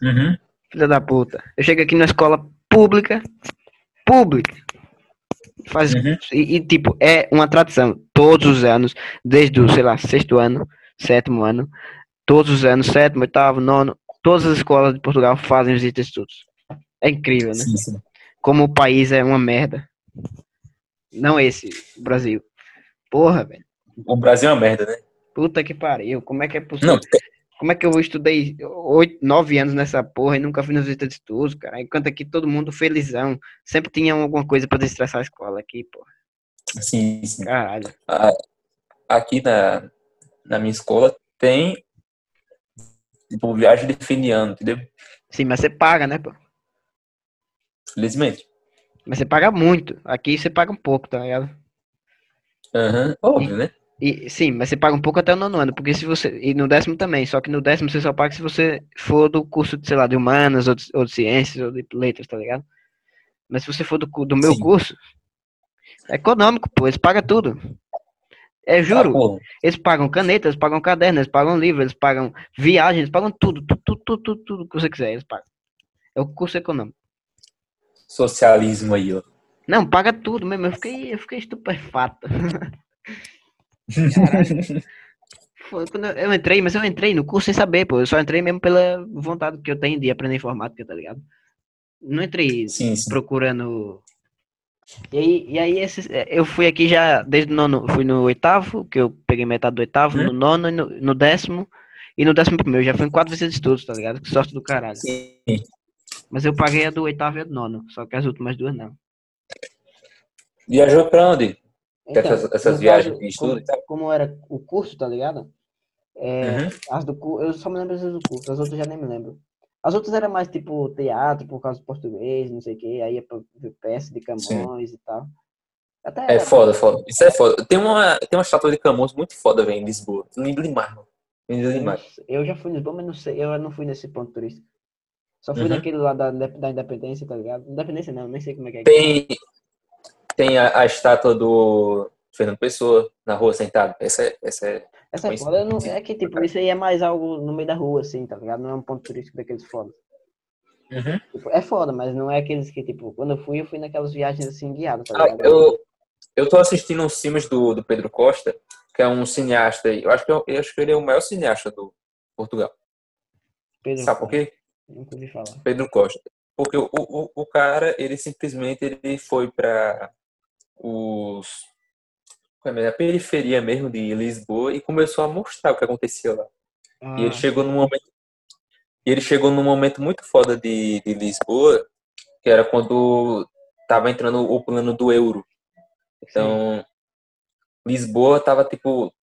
Speaker 4: Uhum.
Speaker 2: Filha da puta. Eu chego aqui numa escola pública. Pública. Faz,
Speaker 4: Uhum.
Speaker 2: e, e, tipo, é uma tradição. Todos os anos, desde o, sei lá, sexto ano, sétimo ano, todos os anos, sétimo, oitavo, nono, todas as escolas de Portugal fazem visitas de estudos. É incrível, né?
Speaker 4: Sim, sim.
Speaker 2: Como o país é uma merda. Não esse, o Brasil. Porra, velho.
Speaker 4: O Brasil é uma merda, né?
Speaker 2: Puta que pariu. Como é que é possível?
Speaker 4: Não,
Speaker 2: Como é que eu estudei oito, nove anos nessa porra e nunca fui nas visitas de estudos, cara? Enquanto aqui todo mundo felizão. Sempre tinha alguma coisa pra destressar a escola aqui, porra.
Speaker 4: sim, sim.
Speaker 2: Caralho.
Speaker 4: A- aqui na, na minha escola tem tipo, viagem de fim de ano, entendeu?
Speaker 2: Sim, mas você paga, né, pô?
Speaker 4: Felizmente.
Speaker 2: Mas você paga muito. Aqui você paga um pouco, tá ligado?
Speaker 4: Aham, Óbvio, né?
Speaker 2: E, sim, mas você paga um pouco até o nono ano, porque se você. E no décimo também, só que no décimo você só paga se você for do curso de, sei lá, de humanas, ou de, ou de ciências, ou de letras, tá ligado? Mas se você for do, cu- do meu
Speaker 4: Sim.
Speaker 2: curso, é econômico, pô, eles pagam tudo. É juro.
Speaker 4: Ah, porra.
Speaker 2: Eles pagam caneta, eles pagam caderno, eles pagam livro, eles pagam viagem, eles pagam tudo, tudo, tudo, tudo, tudo, tudo que você quiser, eles pagam. É o curso econômico.
Speaker 4: socialismo aí, ó.
Speaker 2: Não, paga tudo mesmo. Eu fiquei, eu fiquei estupefato. [laughs] Foi quando eu- eu entrei, mas eu entrei no curso sem saber, pô. Eu só entrei mesmo pela vontade que eu tenho de aprender informática, tá ligado? Não entrei
Speaker 5: Sim, sim.
Speaker 2: procurando. E aí, e aí esses, eu fui aqui já desde o nono, fui no oitavo, que eu peguei metade do oitavo, no nono, e no, no décimo, e no décimo primeiro, já fui em quatro vezes de estudos, tá ligado? Que sorte do caralho.
Speaker 5: Sim.
Speaker 2: Mas eu paguei a do oitavo e a do nono, só que as últimas duas não.
Speaker 4: Viajou pra onde? Essas- essas
Speaker 2: no
Speaker 4: viagens
Speaker 2: caso,
Speaker 4: de estudo e
Speaker 2: Como, como era o curso, tá ligado?
Speaker 4: Uhum.
Speaker 2: É, As do curso, eu só me lembro das do curso, as outras já nem me lembro. As outras era mais tipo teatro, por causa do português, não sei o quê, aí ia pra ver peça de Camões e tal. Até
Speaker 4: É foda, foda. Isso é foda. Tem uma, tem uma estátua de Camões muito foda, velho, em Lisboa. Em Limar. mano. Em
Speaker 2: eu, não
Speaker 4: Limar.
Speaker 2: sei- eu já fui em Lisboa, mas não sei, eu não fui nesse ponto turístico. Só fui
Speaker 4: Uhum.
Speaker 2: naquele lá da, da Independência, tá ligado? Independência não, nem sei como é que é.
Speaker 4: Tem, tem a, a estátua do Fernando Pessoa na rua sentado. Essa é, essa é
Speaker 2: Essa é
Speaker 4: Mas-
Speaker 2: foda, eu não, é que tipo, isso aí é mais algo no meio da rua, assim, tá ligado? Não é um ponto turístico daqueles foda.
Speaker 4: Uhum.
Speaker 2: Tipo, é foda, mas não é aqueles que, tipo, quando eu fui, eu fui naquelas viagens assim, guiadas, tá
Speaker 4: Ah,
Speaker 2: ligado?
Speaker 4: eu, eu tô assistindo uns filmes do, do Pedro Costa, que é um cineasta. aí. Eu acho que, eu, eu acho que ele é o maior cineasta do Portugal.
Speaker 2: Pedro,
Speaker 4: Sabe por quê?
Speaker 2: Nunca ouvi falar.
Speaker 4: Pedro Costa. Porque o, o, o cara, ele simplesmente ele foi pra os. qual é mesmo? A periferia mesmo de Lisboa e começou a mostrar o que acontecia lá.
Speaker 2: Ah,
Speaker 4: E ele chegou num momento. E ele chegou num momento muito foda de, de Lisboa, que era quando tava entrando o plano do euro. Então, Lisboa tava tipo.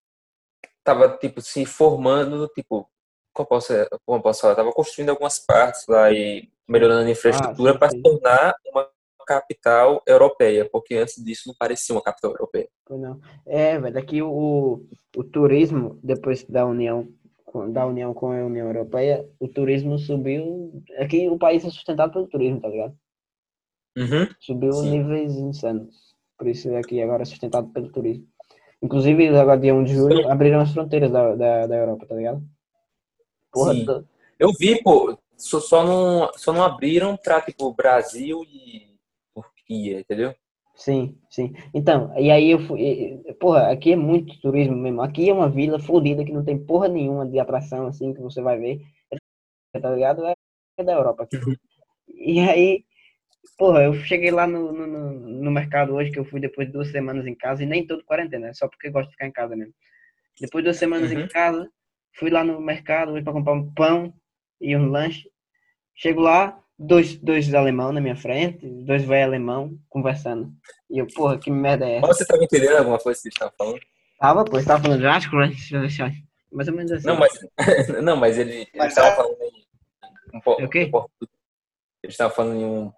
Speaker 4: Tava tipo se formando, tipo. Como eu posso, como eu posso falar? Tava construindo algumas partes lá e melhorando a infraestrutura
Speaker 2: Ah, sim,
Speaker 4: para
Speaker 2: sim.
Speaker 4: se tornar uma capital europeia, porque antes disso não parecia uma capital europeia.
Speaker 2: Pois não. É, velho, daqui o, o turismo, depois da União, com- da União com a União Europeia, o turismo subiu. Aqui o país é sustentado pelo turismo, tá ligado? Subiu
Speaker 4: Sim.
Speaker 2: níveis insanos. Por isso aqui agora é sustentado pelo turismo. Inclusive, agora dia 1 de julho, abriram as fronteiras da, da, da Europa, tá ligado? Porra,
Speaker 4: Sim.
Speaker 2: tô-
Speaker 4: Eu vi, pô, só, só, não, só não abriram pra, tipo, Brasil e Turquia, entendeu?
Speaker 2: Sim, sim. Então, e aí eu fui. e- e- Porra, aqui é muito turismo mesmo. Aqui é uma vila fodida que não tem porra nenhuma de atração, assim, que você vai ver. Tá ligado? É é da Europa aqui. E aí, porra, eu cheguei lá no, no, no- no mercado hoje, que eu fui depois de duas semanas em casa, e nem todo quarentena, é só porque eu gosto de ficar em casa mesmo. Depois de duas semanas em
Speaker 4: Uhum.
Speaker 2: casa, fui lá no mercado hoje pra comprar um pão e um lanche. Chego lá, dois, dois alemão na minha frente, dois velhos alemão conversando. E eu, porra, que merda é essa?
Speaker 4: Mas você tava entendendo alguma coisa que eles estavam falando?
Speaker 2: Tava, pô, você tava falando né? Jurassic World, mais ou menos assim.
Speaker 4: Não, mas, [laughs] não, mas ele, ele
Speaker 1: Mas
Speaker 4: tava
Speaker 1: tá-
Speaker 4: falando em um pouco.
Speaker 2: O quê?
Speaker 4: Ele estava falando em um.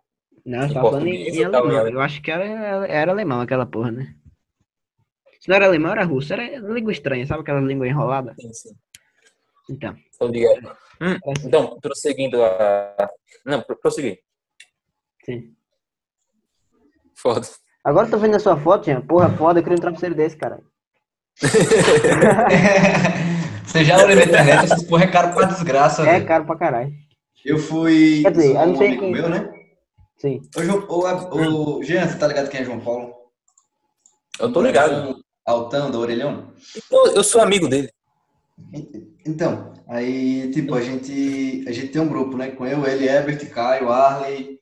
Speaker 2: Não, eu
Speaker 4: em
Speaker 2: tava falando em,
Speaker 4: português
Speaker 2: em
Speaker 4: ou tal,
Speaker 2: alemão.
Speaker 4: né?
Speaker 2: Eu acho que era, era alemão aquela porra, né? Se não era alemão, era russo. Era língua estranha, sabe aquela língua enrolada?
Speaker 4: Sim, sim.
Speaker 2: Então,
Speaker 4: Tô ligado. Hum, então, prosseguindo a. Não, pro- prossegui.
Speaker 2: sim.
Speaker 4: Foda.
Speaker 2: Agora eu tô vendo a sua foto, Jean. Porra, foda, eu queria um travesseiro desse, cara.
Speaker 3: Você já olhou na internet, essas porra é caro pra desgraça,
Speaker 2: É
Speaker 4: Uhum.
Speaker 3: velho.
Speaker 2: caro pra caralho.
Speaker 3: Eu fui
Speaker 2: Quer dizer,
Speaker 3: com
Speaker 2: eu não
Speaker 3: um
Speaker 2: sei
Speaker 3: amigo
Speaker 2: quem-
Speaker 3: meu, né?
Speaker 2: Sim.
Speaker 3: O, João, o, o Jean, você tá ligado quem é João Paulo?
Speaker 4: Eu tô ligado.
Speaker 3: Altão, da Orelhão?
Speaker 4: Eu, eu sou amigo dele.
Speaker 3: Então, aí, tipo, a gente, a gente tem um grupo, né? Com eu, ele, Herbert, Caio, Arley,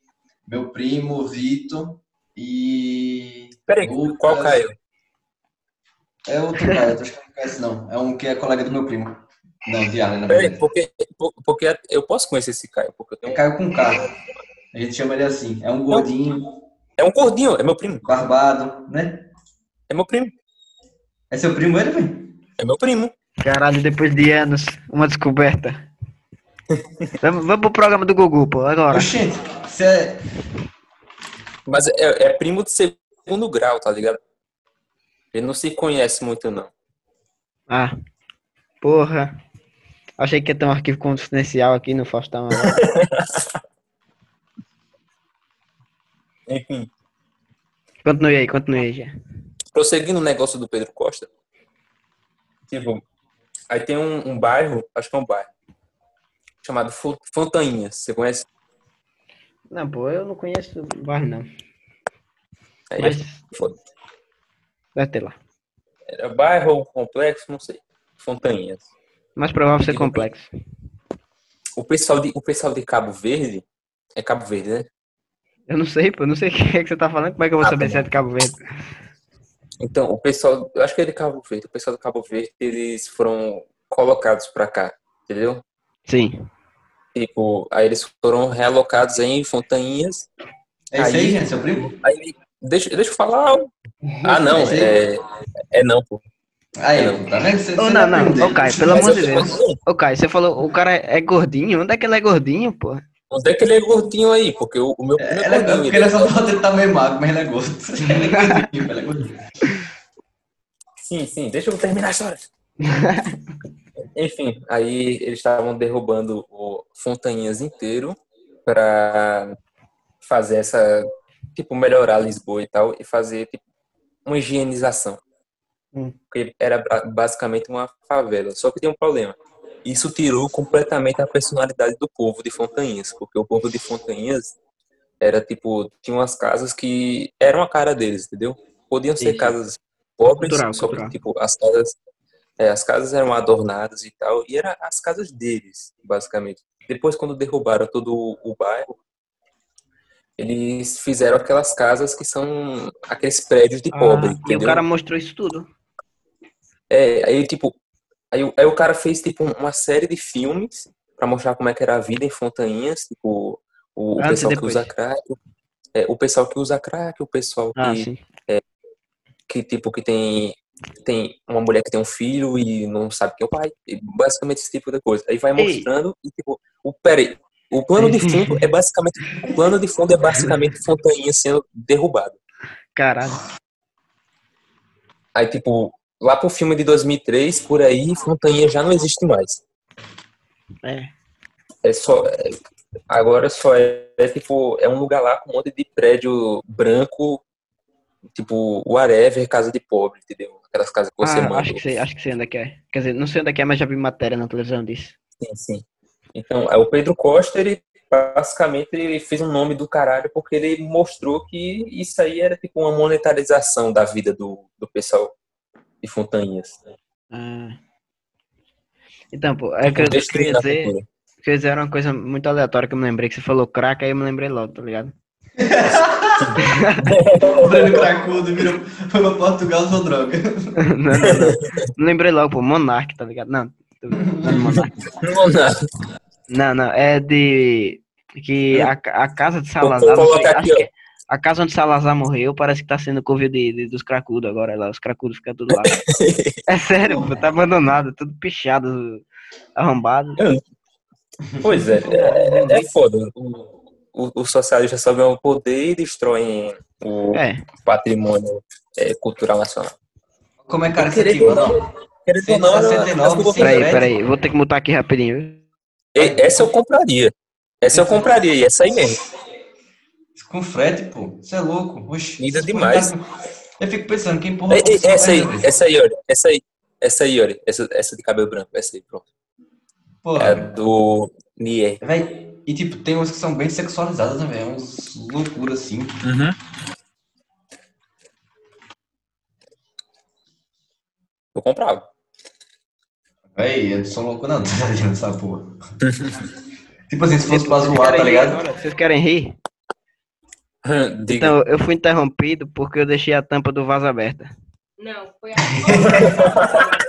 Speaker 3: meu primo, Vitor e...
Speaker 4: Peraí,
Speaker 3: Lucas.
Speaker 4: qual Caio?
Speaker 3: É outro Caio, eu acho que não conhece, não. É um que é colega do meu primo. Não, de Arley, na
Speaker 4: Peraí,
Speaker 3: verdade.
Speaker 4: porque, porque eu posso conhecer esse Caio, porque eu
Speaker 3: É
Speaker 4: tenho. um
Speaker 3: Caio com K. A gente chama ele assim. É um gordinho,
Speaker 4: É um gordinho, é meu primo.
Speaker 3: barbado, né?
Speaker 4: É meu primo.
Speaker 3: É seu primo ele, velho?
Speaker 4: É meu primo.
Speaker 2: Caralho, depois de anos, uma descoberta. vamos, vamos pro programa do Gugu, pô, agora.
Speaker 3: Oxente, você é...
Speaker 4: Mas é, é primo de segundo grau, tá ligado? Ele não se conhece muito, não.
Speaker 2: Ah, porra. Achei que ia ter um arquivo confidencial aqui no Faustão. agora.
Speaker 4: Enfim,
Speaker 2: Continue aí, continue aí, já.
Speaker 4: prosseguindo o negócio do Pedro Costa. Tipo, aí tem um, um bairro, acho que é um bairro, chamado Fu- Fontainhas. Você conhece?
Speaker 2: Não, pô, eu não conheço o bar, não.
Speaker 4: É,
Speaker 2: Mas
Speaker 4: Fo-
Speaker 2: vai ter lá.
Speaker 4: Era bairro ou complexo, não sei. Fontainhas.
Speaker 2: Mais provável ser
Speaker 4: Digo-
Speaker 2: complexo.
Speaker 4: O pessoal de, o pessoal de Cabo Verde, é Cabo Verde, né?
Speaker 2: Eu não sei, pô. Eu não sei [laughs] o que é que você tá falando. Como é que eu vou
Speaker 5: Ah,
Speaker 2: saber
Speaker 5: tá
Speaker 2: se é de Cabo Verde?
Speaker 4: Então, o pessoal, eu acho que é de Cabo Verde, o pessoal do Cabo Verde, eles foram colocados pra cá, entendeu?
Speaker 2: Sim.
Speaker 4: Tipo, aí eles foram realocados aí em Fontainhas.
Speaker 3: É isso aí,
Speaker 4: Aí-
Speaker 3: gente, seu primo?
Speaker 4: Aí, deixa, deixa eu falar. Ah, não,
Speaker 3: Esse
Speaker 4: é, é não, pô.
Speaker 3: Aí,
Speaker 4: Não.
Speaker 3: tá vendo? Você,
Speaker 2: Ô,
Speaker 3: você
Speaker 2: não,
Speaker 3: é primo
Speaker 2: não.
Speaker 3: dele.
Speaker 2: Ô, Caio, pelo
Speaker 4: Mas
Speaker 2: amor
Speaker 4: eu
Speaker 2: de
Speaker 4: tô
Speaker 2: Deus.
Speaker 4: falando,
Speaker 2: Ô, Caio, você falou o cara é gordinho? Onde é que ele é gordinho, pô?
Speaker 4: Onde é que ele é gordinho aí? Porque o, o meu primo
Speaker 3: É,
Speaker 4: é
Speaker 3: ele é gordo,
Speaker 4: gordinho.
Speaker 3: porque
Speaker 2: né?
Speaker 4: ele é-
Speaker 3: nessa foto ele tá meio magro, mas ele é [laughs] gordo. Ele é gordinho, ele
Speaker 4: [laughs]
Speaker 3: é gordinho.
Speaker 4: Sim, sim, deixa eu terminar a
Speaker 2: [laughs]
Speaker 4: história. Enfim, aí eles estavam derrubando o Fontainhas inteiro para fazer essa, tipo, melhorar Lisboa e tal, e fazer tipo, uma higienização.
Speaker 2: Hum.
Speaker 4: Porque era ba- basicamente uma favela. Só que tem um problema. Isso tirou completamente a personalidade do povo de Fontainhas, porque o povo de Fontainhas era tipo, tinha umas casas que eram a cara deles, entendeu? Podiam ser
Speaker 2: Entendi.
Speaker 4: casas pobres,
Speaker 2: Cultural,
Speaker 4: só
Speaker 2: cultural.
Speaker 4: que tipo, as casas é, as casas eram adornadas e tal, e eram as casas deles, basicamente. Depois, quando derrubaram todo o, o bairro, eles fizeram aquelas casas que são aqueles prédios de pobre,
Speaker 2: Ah, e o
Speaker 4: entendeu?
Speaker 2: cara mostrou isso tudo.
Speaker 4: É, aí, tipo, aí, o- aí o cara fez, tipo, uma série de filmes pra mostrar como é que era a vida em Fontainhas, tipo, o, o
Speaker 2: Antes e
Speaker 4: pessoal que
Speaker 2: depois.
Speaker 4: usa crack, é, o pessoal que usa crack, o pessoal que,
Speaker 2: Ah, sim.
Speaker 4: que tipo que tem tem uma mulher que tem um filho e não sabe quem é o pai, e basicamente esse tipo de coisa. Aí vai
Speaker 2: Ei.
Speaker 4: mostrando e tipo, o peraí, o plano de fundo é basicamente o plano de fundo é basicamente Fontainha sendo derrubado.
Speaker 2: Caralho.
Speaker 4: Aí tipo, lá pro filme de 2003 por aí, Fontainha já não existe mais.
Speaker 2: É.
Speaker 4: É só é- agora só é, é, tipo é um lugar lá com um monte de prédio branco, tipo whatever, casa de pobre, entendeu? Aquelas casas que você
Speaker 2: Ah,
Speaker 4: manda.
Speaker 2: acho que sei, acho que sei onde é que é. Quer dizer, não sei onde é que é, mas já vi matéria na televisão disso.
Speaker 4: Sim, sim. Então, é, o Pedro Costa, ele basicamente ele fez um nome do caralho porque ele mostrou que isso aí era tipo uma monetarização da vida do, do pessoal de Fontainhas.
Speaker 2: Ah. Então, pô, é que eu, eu
Speaker 4: Destruindo
Speaker 2: queria
Speaker 4: a
Speaker 2: dizer,
Speaker 4: cultura.
Speaker 2: queria dizer era uma coisa muito aleatória que eu me lembrei, que você falou crack, aí eu me lembrei logo, tá ligado? [laughs]
Speaker 3: O Breno Cracudo virou, foi pra Portugal usou droga.
Speaker 2: não, não, não. Me lembrei logo, pô, Monark, tá ligado? Não, tô- não é Monark.
Speaker 4: Não, não.
Speaker 2: Não, não, é de. Que a, ca- a casa de
Speaker 4: Hum. Vou-
Speaker 2: Salazar.
Speaker 4: Vou
Speaker 2: não sei,
Speaker 4: colocar aqui,
Speaker 2: acho que
Speaker 4: ó.
Speaker 2: é- a casa onde Salazar morreu parece que tá sendo covil de, de- dos cracudos agora lá. Os cracudos ficam
Speaker 4: [laughs]
Speaker 2: tudo lá. É sério, pô, tá abandonado, tudo pichado, arrombado.
Speaker 4: Pois é, é- é, é foda. O, o, o socialista sobe ao poder e destrói o
Speaker 2: É.
Speaker 4: patrimônio é, cultural nacional.
Speaker 3: Como é cara isso
Speaker 4: Querendo
Speaker 3: aqui,
Speaker 4: ou
Speaker 3: mano?
Speaker 4: não, querendo ou não, as
Speaker 3: 169,
Speaker 4: burocracias-
Speaker 2: Peraí,
Speaker 3: Red?
Speaker 2: peraí, vou ter que mutar aqui rapidinho. viu?
Speaker 4: E- Essa eu compraria. Essa eu compraria, e essa aí mesmo.
Speaker 3: Com frete, pô. Você é louco. Oxi.
Speaker 4: Linda
Speaker 3: Essa
Speaker 4: demais.
Speaker 3: porra tá- Eu fico pensando, quem porra. é
Speaker 4: E- e-
Speaker 3: compra
Speaker 4: É, essa aí,
Speaker 3: né, velho?
Speaker 4: essa aí, olha. Essa aí, essa aí, olha. Essa, essa de cabelo branco, essa aí, pronto. É
Speaker 3: Porra.
Speaker 4: do Nier.
Speaker 3: Véi, e tipo, tem uns que são bem sexualizadas né, também. Uns loucuras assim.
Speaker 4: Eu comprava.
Speaker 3: Véi, eu não sou louco não, [laughs] tá ligado? Essa porra.
Speaker 4: [laughs]
Speaker 3: tipo assim, se fosse pra zoar, tá
Speaker 4: né?
Speaker 3: ligado?
Speaker 2: Vocês querem rir?
Speaker 4: Hum, [laughs] Diga.
Speaker 2: Então, eu fui interrompido porque eu deixei a tampa do vaso aberta.
Speaker 6: Não, foi a Não,
Speaker 2: [laughs]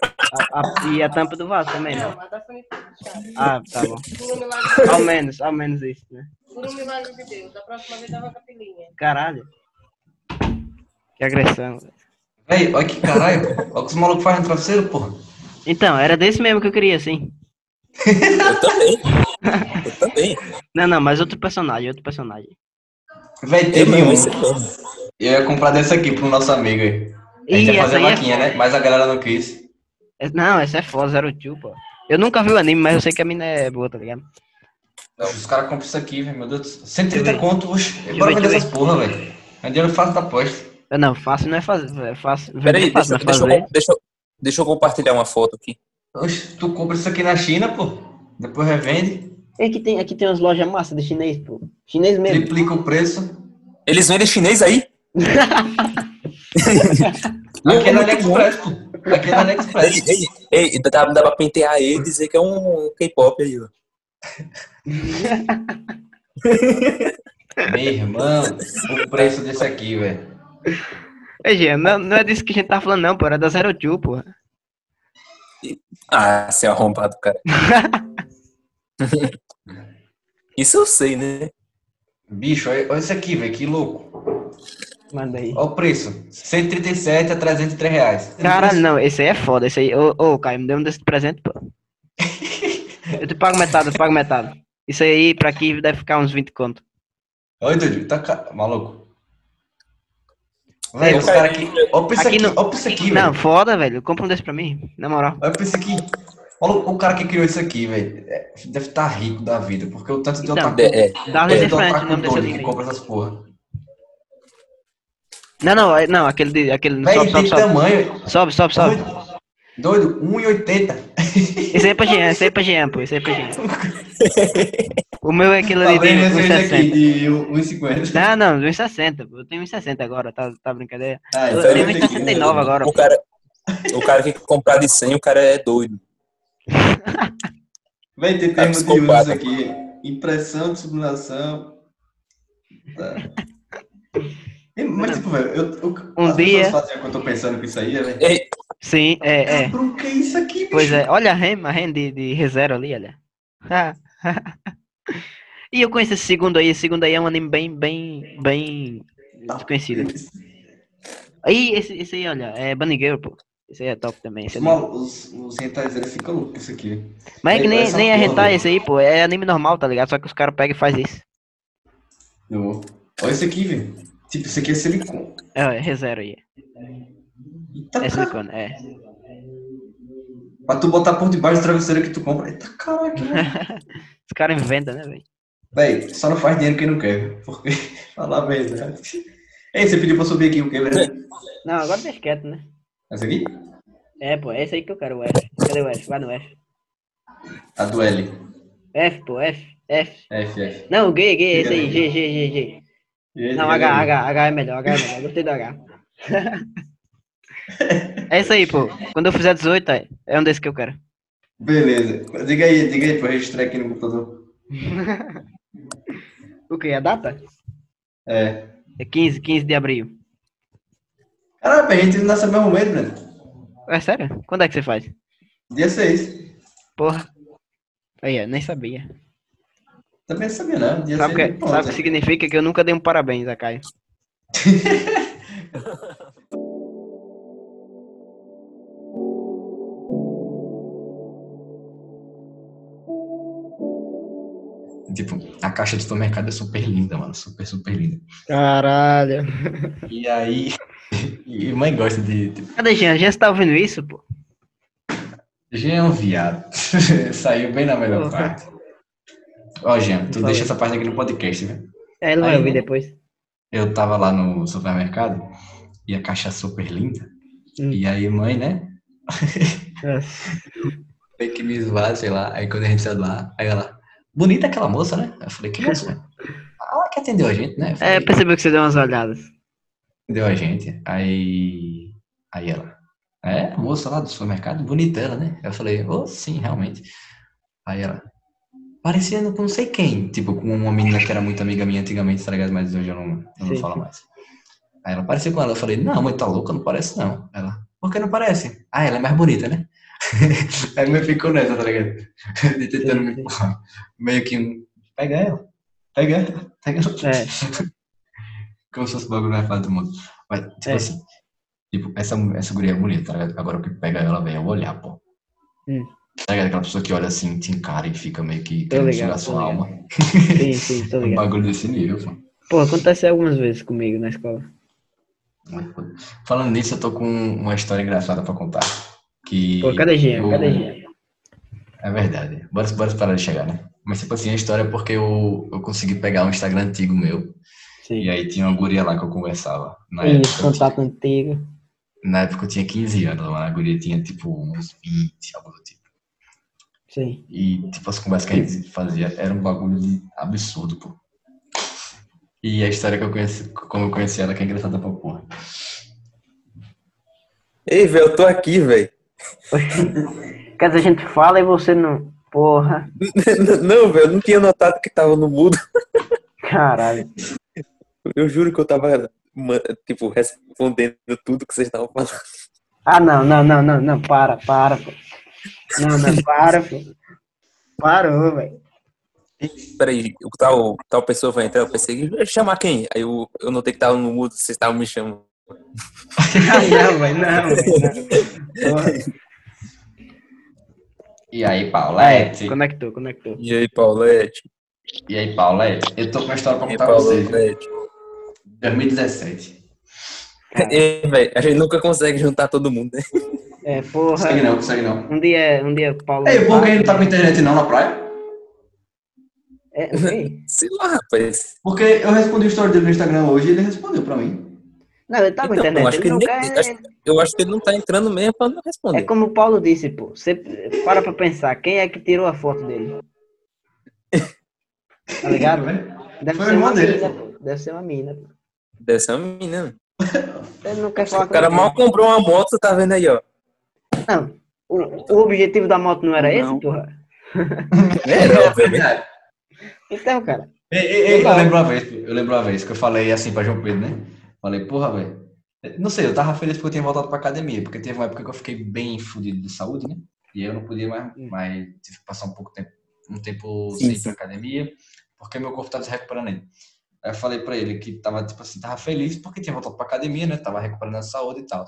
Speaker 2: A- a- e a tampa do vaso também, né?
Speaker 6: a da sanitária. sabe?
Speaker 2: Ah, tá bom.
Speaker 6: Por um milagre,
Speaker 2: Ao menos, ao menos isso, né?
Speaker 6: por um milagre de Deus. Da próxima vez dava capelinha.
Speaker 2: Caralho. Que agressão. velho.
Speaker 3: Véi, olha que caralho. Olha o que os malucos fazem no travesseiro, porra.
Speaker 2: Então, era desse mesmo que eu queria, sim.
Speaker 4: Eu também. Eu também.
Speaker 2: Não, não, mas outro personagem, outro personagem.
Speaker 3: Véi,
Speaker 4: Eu
Speaker 3: teve
Speaker 4: mesmo,
Speaker 3: um.
Speaker 4: esse mesmo.
Speaker 3: Eu ia comprar dessa aqui pro nosso amigo aí. A gente
Speaker 2: Ih,
Speaker 3: ia
Speaker 2: essa
Speaker 3: fazer a
Speaker 2: aí é
Speaker 3: maquinha, né? Mas a galera não quis.
Speaker 2: É- Não, essa é foda, Zero Two, pô. Eu nunca vi o anime, mas eu sei que a mina é boa, tá ligado?
Speaker 3: Não, os caras compram isso aqui, velho. Meu Deus do céu. 130 conto, oxe.
Speaker 2: eu
Speaker 3: Bora
Speaker 2: ver,
Speaker 3: vender
Speaker 2: deixa eu
Speaker 3: essas porra, velho. É dinheiro fácil da aposta.
Speaker 2: Eu Não, fácil não é fazer. É fácil.
Speaker 4: Peraí,
Speaker 2: vender é fácil,
Speaker 4: deixa,
Speaker 2: mas
Speaker 4: deixa,
Speaker 2: fazer.
Speaker 4: eu, deixa, eu- deixa eu compartilhar uma foto aqui.
Speaker 3: Oxe, tu compra isso aqui na China, pô. Depois revende,
Speaker 2: E aqui tem, aqui tem umas lojas massas de chinês, pô. Chinês mesmo.
Speaker 3: triplica o preço.
Speaker 4: Eles vendem chinês
Speaker 3: [laughs]
Speaker 4: aí?
Speaker 3: Aqui é na
Speaker 4: Muito bom.
Speaker 3: AliExpress, pô. Aqui é na AliExpress.
Speaker 4: Ei, ei, ei, dá, dá pra pentear ele e dizer que é um K-pop aí, ó.
Speaker 3: Meu irmão, o preço desse aqui, velho.
Speaker 2: Ei, Jean, não, não é disso que a gente tá falando, não, pô. Era da Zero Two, pô.
Speaker 4: Ah, seu arrombado,
Speaker 7: [laughs]
Speaker 4: cara. Isso eu sei, né?
Speaker 3: Bicho, olha olha isso aqui, velho, que louco.
Speaker 8: Manda aí.
Speaker 3: Olha o preço: 137 a 303 reais.
Speaker 2: Cara, não, esse aí é foda. Esse aí. Ô, ô, Caio, me deu um desse de presente, pô. Eu te pago metade, eu te pago metade. Isso aí, pra aqui, deve ficar uns 20 conto.
Speaker 3: Oi, Dudu, tá ca- maluco? Velho, os
Speaker 4: cara.
Speaker 3: caras aqui. Olha pra isso
Speaker 2: É, Aqui
Speaker 3: aqui,
Speaker 2: não-
Speaker 3: olha pra isso aqui,
Speaker 2: Não,
Speaker 3: velho.
Speaker 2: foda, velho. Compra um desse pra mim, na moral.
Speaker 3: Olha pra isso aqui. Olha o o cara que criou isso aqui, velho. É, Deve estar rico da vida, porque o tanto de
Speaker 2: Então,
Speaker 3: otaku.
Speaker 4: É, é.
Speaker 2: Dá
Speaker 3: É,
Speaker 2: de
Speaker 3: do
Speaker 2: frente o
Speaker 3: otaku
Speaker 2: nome desse
Speaker 3: doido que
Speaker 2: anime.
Speaker 3: compra essas porra.
Speaker 2: Não, não, é- não, aquele de, aquele
Speaker 3: Velho,
Speaker 2: sobe,
Speaker 3: tem
Speaker 2: sobe,
Speaker 3: tamanho.
Speaker 2: sobe, sobe, sobe, sobe.
Speaker 3: Doido, 1,80.
Speaker 2: Esse aí é pra Jean, esse aí é pra Jean, pô, esse aí é pra Jean. O meu é aquele ali de
Speaker 3: Talvez Tá esse aqui
Speaker 2: 1,60.
Speaker 3: de 1,50.
Speaker 2: Não, não, de 1,60, pô. Eu tenho 1,60 agora, tá, tá brincadeira?
Speaker 3: Ah,
Speaker 2: Eu
Speaker 3: então
Speaker 2: tenho
Speaker 3: ele tem
Speaker 2: 1,69 agora,
Speaker 4: O
Speaker 2: pô.
Speaker 4: cara, o cara que comprar de 100, o cara é doido.
Speaker 3: Vai ter
Speaker 4: Tá
Speaker 3: termo de
Speaker 4: psicopata.
Speaker 3: uso aqui. Impressão de sublimação. Tá. E- Mas, tipo, velho, eu, eu,
Speaker 2: Um
Speaker 3: as
Speaker 2: dia-
Speaker 3: pessoas fazem o que eu tô pensando com isso aí, velho.
Speaker 4: Ei,
Speaker 2: Sim, é, é.
Speaker 3: Bro, o que é isso aqui, bicho?
Speaker 2: Pois é, olha a Ren, a Ren de, de ReZero ali, olha. [laughs] Ah. e eu conheço esse segundo aí, esse segundo aí é um anime bem, bem, bem desconhecido. Aí, esse, esse aí, olha, é Bunny Girl, pô. Esse aí é top também. Esse
Speaker 3: Os,
Speaker 2: anime.
Speaker 3: mal- os, os rentais eles ficam loucos com isso aqui.
Speaker 2: Mas é que nem,
Speaker 3: Essa
Speaker 2: nem é
Speaker 3: porra,
Speaker 2: hentai
Speaker 3: velho.
Speaker 2: esse aí, pô. É anime normal, tá ligado? Só que os caras pegam e fazem isso.
Speaker 3: No- Olha isso aqui, velho. Tipo, isso aqui é silicone.
Speaker 2: É, ó, é ReZero aí.
Speaker 3: Eita,
Speaker 2: É
Speaker 3: cara.
Speaker 2: silicone, é.
Speaker 3: Pra tu botar por debaixo do travesseiro que tu compra. Eita, caraca.
Speaker 2: [laughs] Os caras inventam, né, velho?
Speaker 3: Véi, só não faz dinheiro quem não quer, viu? porque [laughs] falar a verdade. Ei, você pediu pra eu subir aqui o que,
Speaker 2: É.
Speaker 3: velho?
Speaker 8: Não, agora deixa quieto, né?
Speaker 3: Essa aqui?
Speaker 8: É, pô, é esse aí que eu quero, o F. Cadê o F? Vai no F.
Speaker 3: A do L.
Speaker 8: F, pô, F, F.
Speaker 3: F, F.
Speaker 8: Não, G, G, esse aí, G, G, G, G. Não, H, H, H é melhor, H é melhor. Gostei do H.
Speaker 2: É isso aí, pô. Quando eu fizer 18, é é um desses que eu quero.
Speaker 3: Beleza. Diga aí, diga aí pra eu registrar aqui no computador.
Speaker 8: O que? A data?
Speaker 3: É.
Speaker 2: É 15, 15 de abril.
Speaker 3: Caramba, a gente nasce no mesmo mês, Breno.
Speaker 2: É sério? Quando é que você faz?
Speaker 3: Dia 6.
Speaker 2: Porra. Aí, ó, nem sabia.
Speaker 3: Também não sabia, não. Dia é
Speaker 2: Sabe o
Speaker 3: 6.
Speaker 2: que, é, sabe o que significa que eu nunca dei um parabéns a Caio? é?
Speaker 3: Tipo, a caixa do supermercado é super linda, mano. Super, super linda.
Speaker 2: Caralho.
Speaker 3: E aí. [laughs] E mãe gosta de. tipo, de-
Speaker 2: Cadê Jean? Jean, você tá ouvindo isso, pô?
Speaker 3: Jean é um viado. [laughs] Saiu bem na melhor
Speaker 2: Porra.
Speaker 3: parte. Ó, Jean, tu
Speaker 2: Fala
Speaker 3: deixa
Speaker 2: aí.
Speaker 3: essa parte aqui no podcast, né?
Speaker 8: É, ele vai
Speaker 3: Aí,
Speaker 8: ouvir
Speaker 3: né?
Speaker 8: depois.
Speaker 3: eu tava lá no supermercado e a caixa super linda.
Speaker 8: Hum.
Speaker 3: E aí, mãe, né? [laughs] Tem que me zoar, sei lá. Aí quando a gente saiu lá, aí ela, bonita aquela moça, né? Eu falei, que moça? ela que atendeu a gente, né? Eu falei,
Speaker 2: É, percebeu que você deu umas olhadas.
Speaker 3: atendeu a gente. Aí. Aí ela, é, a moça lá do supermercado, bonita ela, né? Eu falei, oh, sim, realmente. Aí ela, parecendo com não sei quem, tipo, com uma menina que era muito amiga minha antigamente, tá ligado? Mas hoje eu não, eu não
Speaker 8: Sim,
Speaker 3: falo mais. Aí ela parecia com ela, eu falei, não, mãe, tá louca, não parece não. Ela, por que não parece? Ah, ela é mais bonita, né? [laughs] Aí meio ficou nessa, tá ligado? [laughs] De tentando me empurrar. Meio que um, pega ela, pega ela, pega ela.
Speaker 8: É.
Speaker 3: Como se fosse o bagulho mais fácil do mundo. Mas, tipo
Speaker 8: É.
Speaker 3: assim, tipo, essa, essa guria é bonita, tá ligado? Agora o que pega ela, velho, é o olhar, pô.
Speaker 8: Hum.
Speaker 3: Tá ligado? Aquela pessoa que olha assim, te encara e fica meio que
Speaker 8: Tô
Speaker 3: querendo
Speaker 8: ligado, tô
Speaker 3: sugar sua
Speaker 8: ligado.
Speaker 3: alma.
Speaker 8: Sim, sim, tô
Speaker 3: Um [laughs]
Speaker 8: ligado.
Speaker 3: bagulho desse nível, pô.
Speaker 8: Pô, acontece algumas vezes comigo na escola.
Speaker 3: Falando nisso, eu tô com uma história engraçada pra contar. Que
Speaker 8: Pô, cadê Jean?
Speaker 3: o-
Speaker 8: Cadê Jean?
Speaker 3: É verdade. Bora, bora parar de chegar, né? Mas, tipo assim, a história é porque eu, eu consegui pegar um Instagram antigo meu. E
Speaker 8: Sim.
Speaker 3: aí tinha uma guria lá que eu conversava. Na
Speaker 8: Isso,
Speaker 3: eu tinha-
Speaker 8: contato antigo.
Speaker 3: Na época eu tinha 15 anos, mano. A guria tinha tipo uns 20, algo do tipo.
Speaker 8: Sim.
Speaker 3: E tipo, as conversas que a gente fazia era um bagulho de absurdo, pô. E a história que eu conheci, como eu conheci ela, que é engraçada pra porra.
Speaker 9: Ei, velho, eu tô aqui,
Speaker 7: [laughs]
Speaker 9: velho.
Speaker 8: Quer dizer, a gente fala e você não. Porra.
Speaker 9: Não, velho, eu não tinha notado que tava no mudo.
Speaker 10: Caralho.
Speaker 7: Eu juro que eu tava, ma- tipo, respondendo tudo que vocês estavam falando.
Speaker 10: Ah, não, não, não, não, não, para, para, pô. Não, não, para, pô. Parou, velho. [laughs]
Speaker 4: Peraí, o tal, tal pessoa vai entrar, eu pensei, chamar quem? Aí eu, eu notei que tava no mudo, vocês estavam me chamando.
Speaker 10: Ah, não, velho, não, velho. não. Porra.
Speaker 3: E aí,
Speaker 10: É,
Speaker 3: Paulette?
Speaker 2: Conectou, conectou.
Speaker 4: E aí, é, tipo, Paulette?
Speaker 3: E aí, Paulette? Eu tô com uma história pra
Speaker 4: E aí,
Speaker 3: contar pra vocês.
Speaker 4: Paulette? [laughs]
Speaker 3: 2017.
Speaker 4: E, velho, a gente nunca consegue juntar todo mundo, né?
Speaker 10: É, porra.
Speaker 3: Consegue não, consegue não.
Speaker 10: Um dia, um dia, Paulo.
Speaker 3: Ei, por que não tá com internet não na praia?
Speaker 10: É, ok.
Speaker 4: Sei lá, rapaz.
Speaker 3: Porque eu respondi o story dele no Instagram hoje e ele respondeu pra mim.
Speaker 10: Não, ele tá com
Speaker 4: Então,
Speaker 10: internet.
Speaker 4: acho
Speaker 10: ele
Speaker 4: que
Speaker 10: não
Speaker 4: ele
Speaker 10: quer-
Speaker 4: nem- acho- Eu acho que ele não tá entrando mesmo pra não
Speaker 10: É
Speaker 4: responder.
Speaker 10: como o Paulo disse, pô. Você para pra pensar, quem é que tirou a foto
Speaker 3: [laughs]
Speaker 10: dele? Tá ligado?
Speaker 3: velho?
Speaker 10: Deve
Speaker 3: Foi
Speaker 10: ser
Speaker 3: o irmão
Speaker 10: uma
Speaker 3: dele,
Speaker 10: mina, pô. Deve ser uma mina. pô.
Speaker 4: Deve ser uma menina. né?
Speaker 10: Ele não quer falar
Speaker 4: O cara
Speaker 10: com
Speaker 4: mal comprou uma moto, tá vendo aí, ó.
Speaker 10: Não. O, o objetivo da moto não era esse,
Speaker 1: Não.
Speaker 10: porra?
Speaker 4: É, obviamente.
Speaker 3: Verdade.
Speaker 10: Então, cara.
Speaker 3: Ei, ei, ei, eu lembro uma vez, eu lembro uma vez que eu falei assim pra João Pedro, né? Falei, porra, velho. Não sei, eu tava feliz porque eu tinha voltado pra academia, porque teve uma época que eu fiquei bem fudido de saúde, né? E eu não podia mais, mas tive que passar um pouco tempo, um tempo
Speaker 7: Sim,
Speaker 3: sem ir
Speaker 7: sim.
Speaker 3: pra academia, porque meu corpo tava se recuperando ainda. Aí eu falei pra ele que tava, tipo assim, tava feliz porque tinha voltado pra academia, né? Tava recuperando a saúde e tal.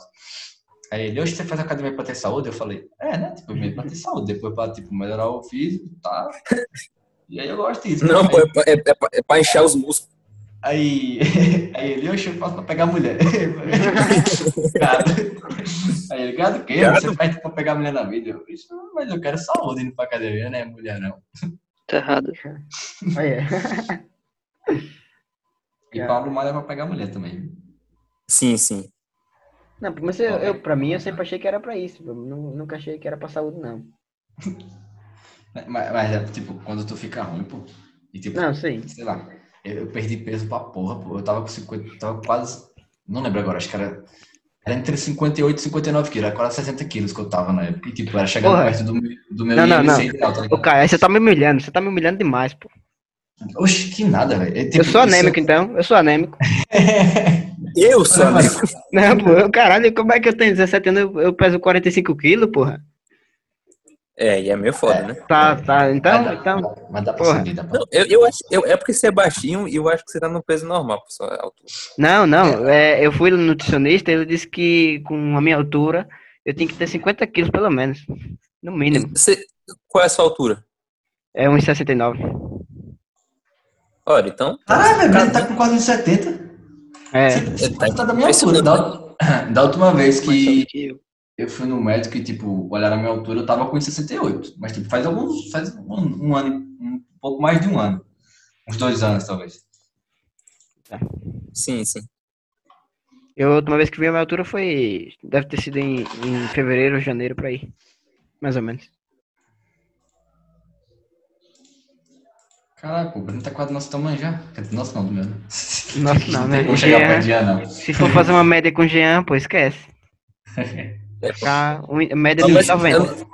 Speaker 3: Aí ele, hoje você faz academia pra ter saúde? Eu falei, é, né? Tipo, meio pra ter saúde, depois pra, tipo, melhorar o físico e
Speaker 7: [laughs]
Speaker 3: tal. E aí eu gosto disso. né?
Speaker 4: Não,
Speaker 3: Aí-
Speaker 4: pô, é pra, é, é pra- é pra inchar os músculos.
Speaker 3: Aí, [laughs] aí ele, oxe, eu faço pra pegar mulher. [laughs]
Speaker 2: [laughs]
Speaker 3: Gado. Aí ele, gado o quê? Você faz pra pegar mulher na vida? Eu, "Isso, mas eu quero saúde indo pra academia, né? Mulher não.
Speaker 1: Tá errado.
Speaker 10: Olha.
Speaker 3: E
Speaker 10: Cara.
Speaker 3: Paulo Malha é pra pegar mulher também.
Speaker 4: Sim, sim.
Speaker 10: Não, mas eu, eu, pra mim, eu sempre achei que era pra isso. pô. Nu- Nunca achei que era pra saúde, não.
Speaker 3: Mas, mas é, tipo, quando tu fica ruim, pô. E tipo,
Speaker 10: Não, sim.
Speaker 3: sei lá, eu, eu perdi peso pra porra, pô. Eu tava com 50, tava quase. Não lembro agora, acho que era. Era entre 58 e 59 quilos, era quase 60 quilos que eu tava na época. E, tipo, era chegando
Speaker 2: Porra.
Speaker 3: perto do, meu- do meu
Speaker 2: Não, não,
Speaker 3: IMC
Speaker 2: não.
Speaker 3: ideal, tá
Speaker 2: Ô,
Speaker 3: ligado?
Speaker 2: Caio, aí você tá me humilhando, você tá me humilhando demais, pô.
Speaker 3: Oxe, que nada, velho. É, tipo,
Speaker 2: Eu sou
Speaker 3: isso-
Speaker 2: anêmico, então. Eu sou anêmico.
Speaker 4: Eu sou amigo.
Speaker 2: [laughs] Não, pô, eu, caralho, como é que eu tenho 17 anos, eu, eu peso 45 quilos, porra?
Speaker 4: [laughs] É, e é meio foda, né?
Speaker 2: Tá, tá,
Speaker 3: Mas
Speaker 2: então,
Speaker 3: dá-
Speaker 10: ah,
Speaker 2: então.
Speaker 3: dá- Mas dá pra
Speaker 2: porra.
Speaker 3: subir, dá pra
Speaker 4: Não, eu, eu acho, eu- é porque você é baixinho e eu acho que você tá no peso normal pra sua altura.
Speaker 2: Não, não, é, eu fui no nutricionista, ele disse que com a minha altura, eu tinha que ter 50 quilos pelo menos, no mínimo.
Speaker 4: Você, qual é a sua altura?
Speaker 2: É 1,69.
Speaker 4: Olha, então,
Speaker 3: Caralho, o cara tá com quase 70.
Speaker 2: É,
Speaker 3: Você tá, tá da minha altura. tá? Da, da última vez que eu fui no médico e, tipo, olharam a minha altura, eu tava com 68. Mas, tipo, faz alguns. Faz um, um ano, um pouco mais de um ano. Uns dois anos, talvez.
Speaker 4: sim, sim.
Speaker 2: eu, a última vez que vi a minha altura foi, deve ter sido em, em fevereiro ou janeiro, por aí, mais ou menos.
Speaker 3: Caraca, o Bruno tá quase do nosso tamanho já. Quer dizer, nosso não, do meu. né?
Speaker 2: Nossa, não,
Speaker 3: Não tem
Speaker 2: né?
Speaker 3: como chegar perto de
Speaker 2: Jean,
Speaker 3: Jean, não.
Speaker 2: se for fazer uma média com Jean, pô, esquece.
Speaker 4: É,
Speaker 2: Tá, um, média
Speaker 3: Então,
Speaker 4: Não,
Speaker 2: de
Speaker 4: mas-
Speaker 2: 90.
Speaker 4: eu-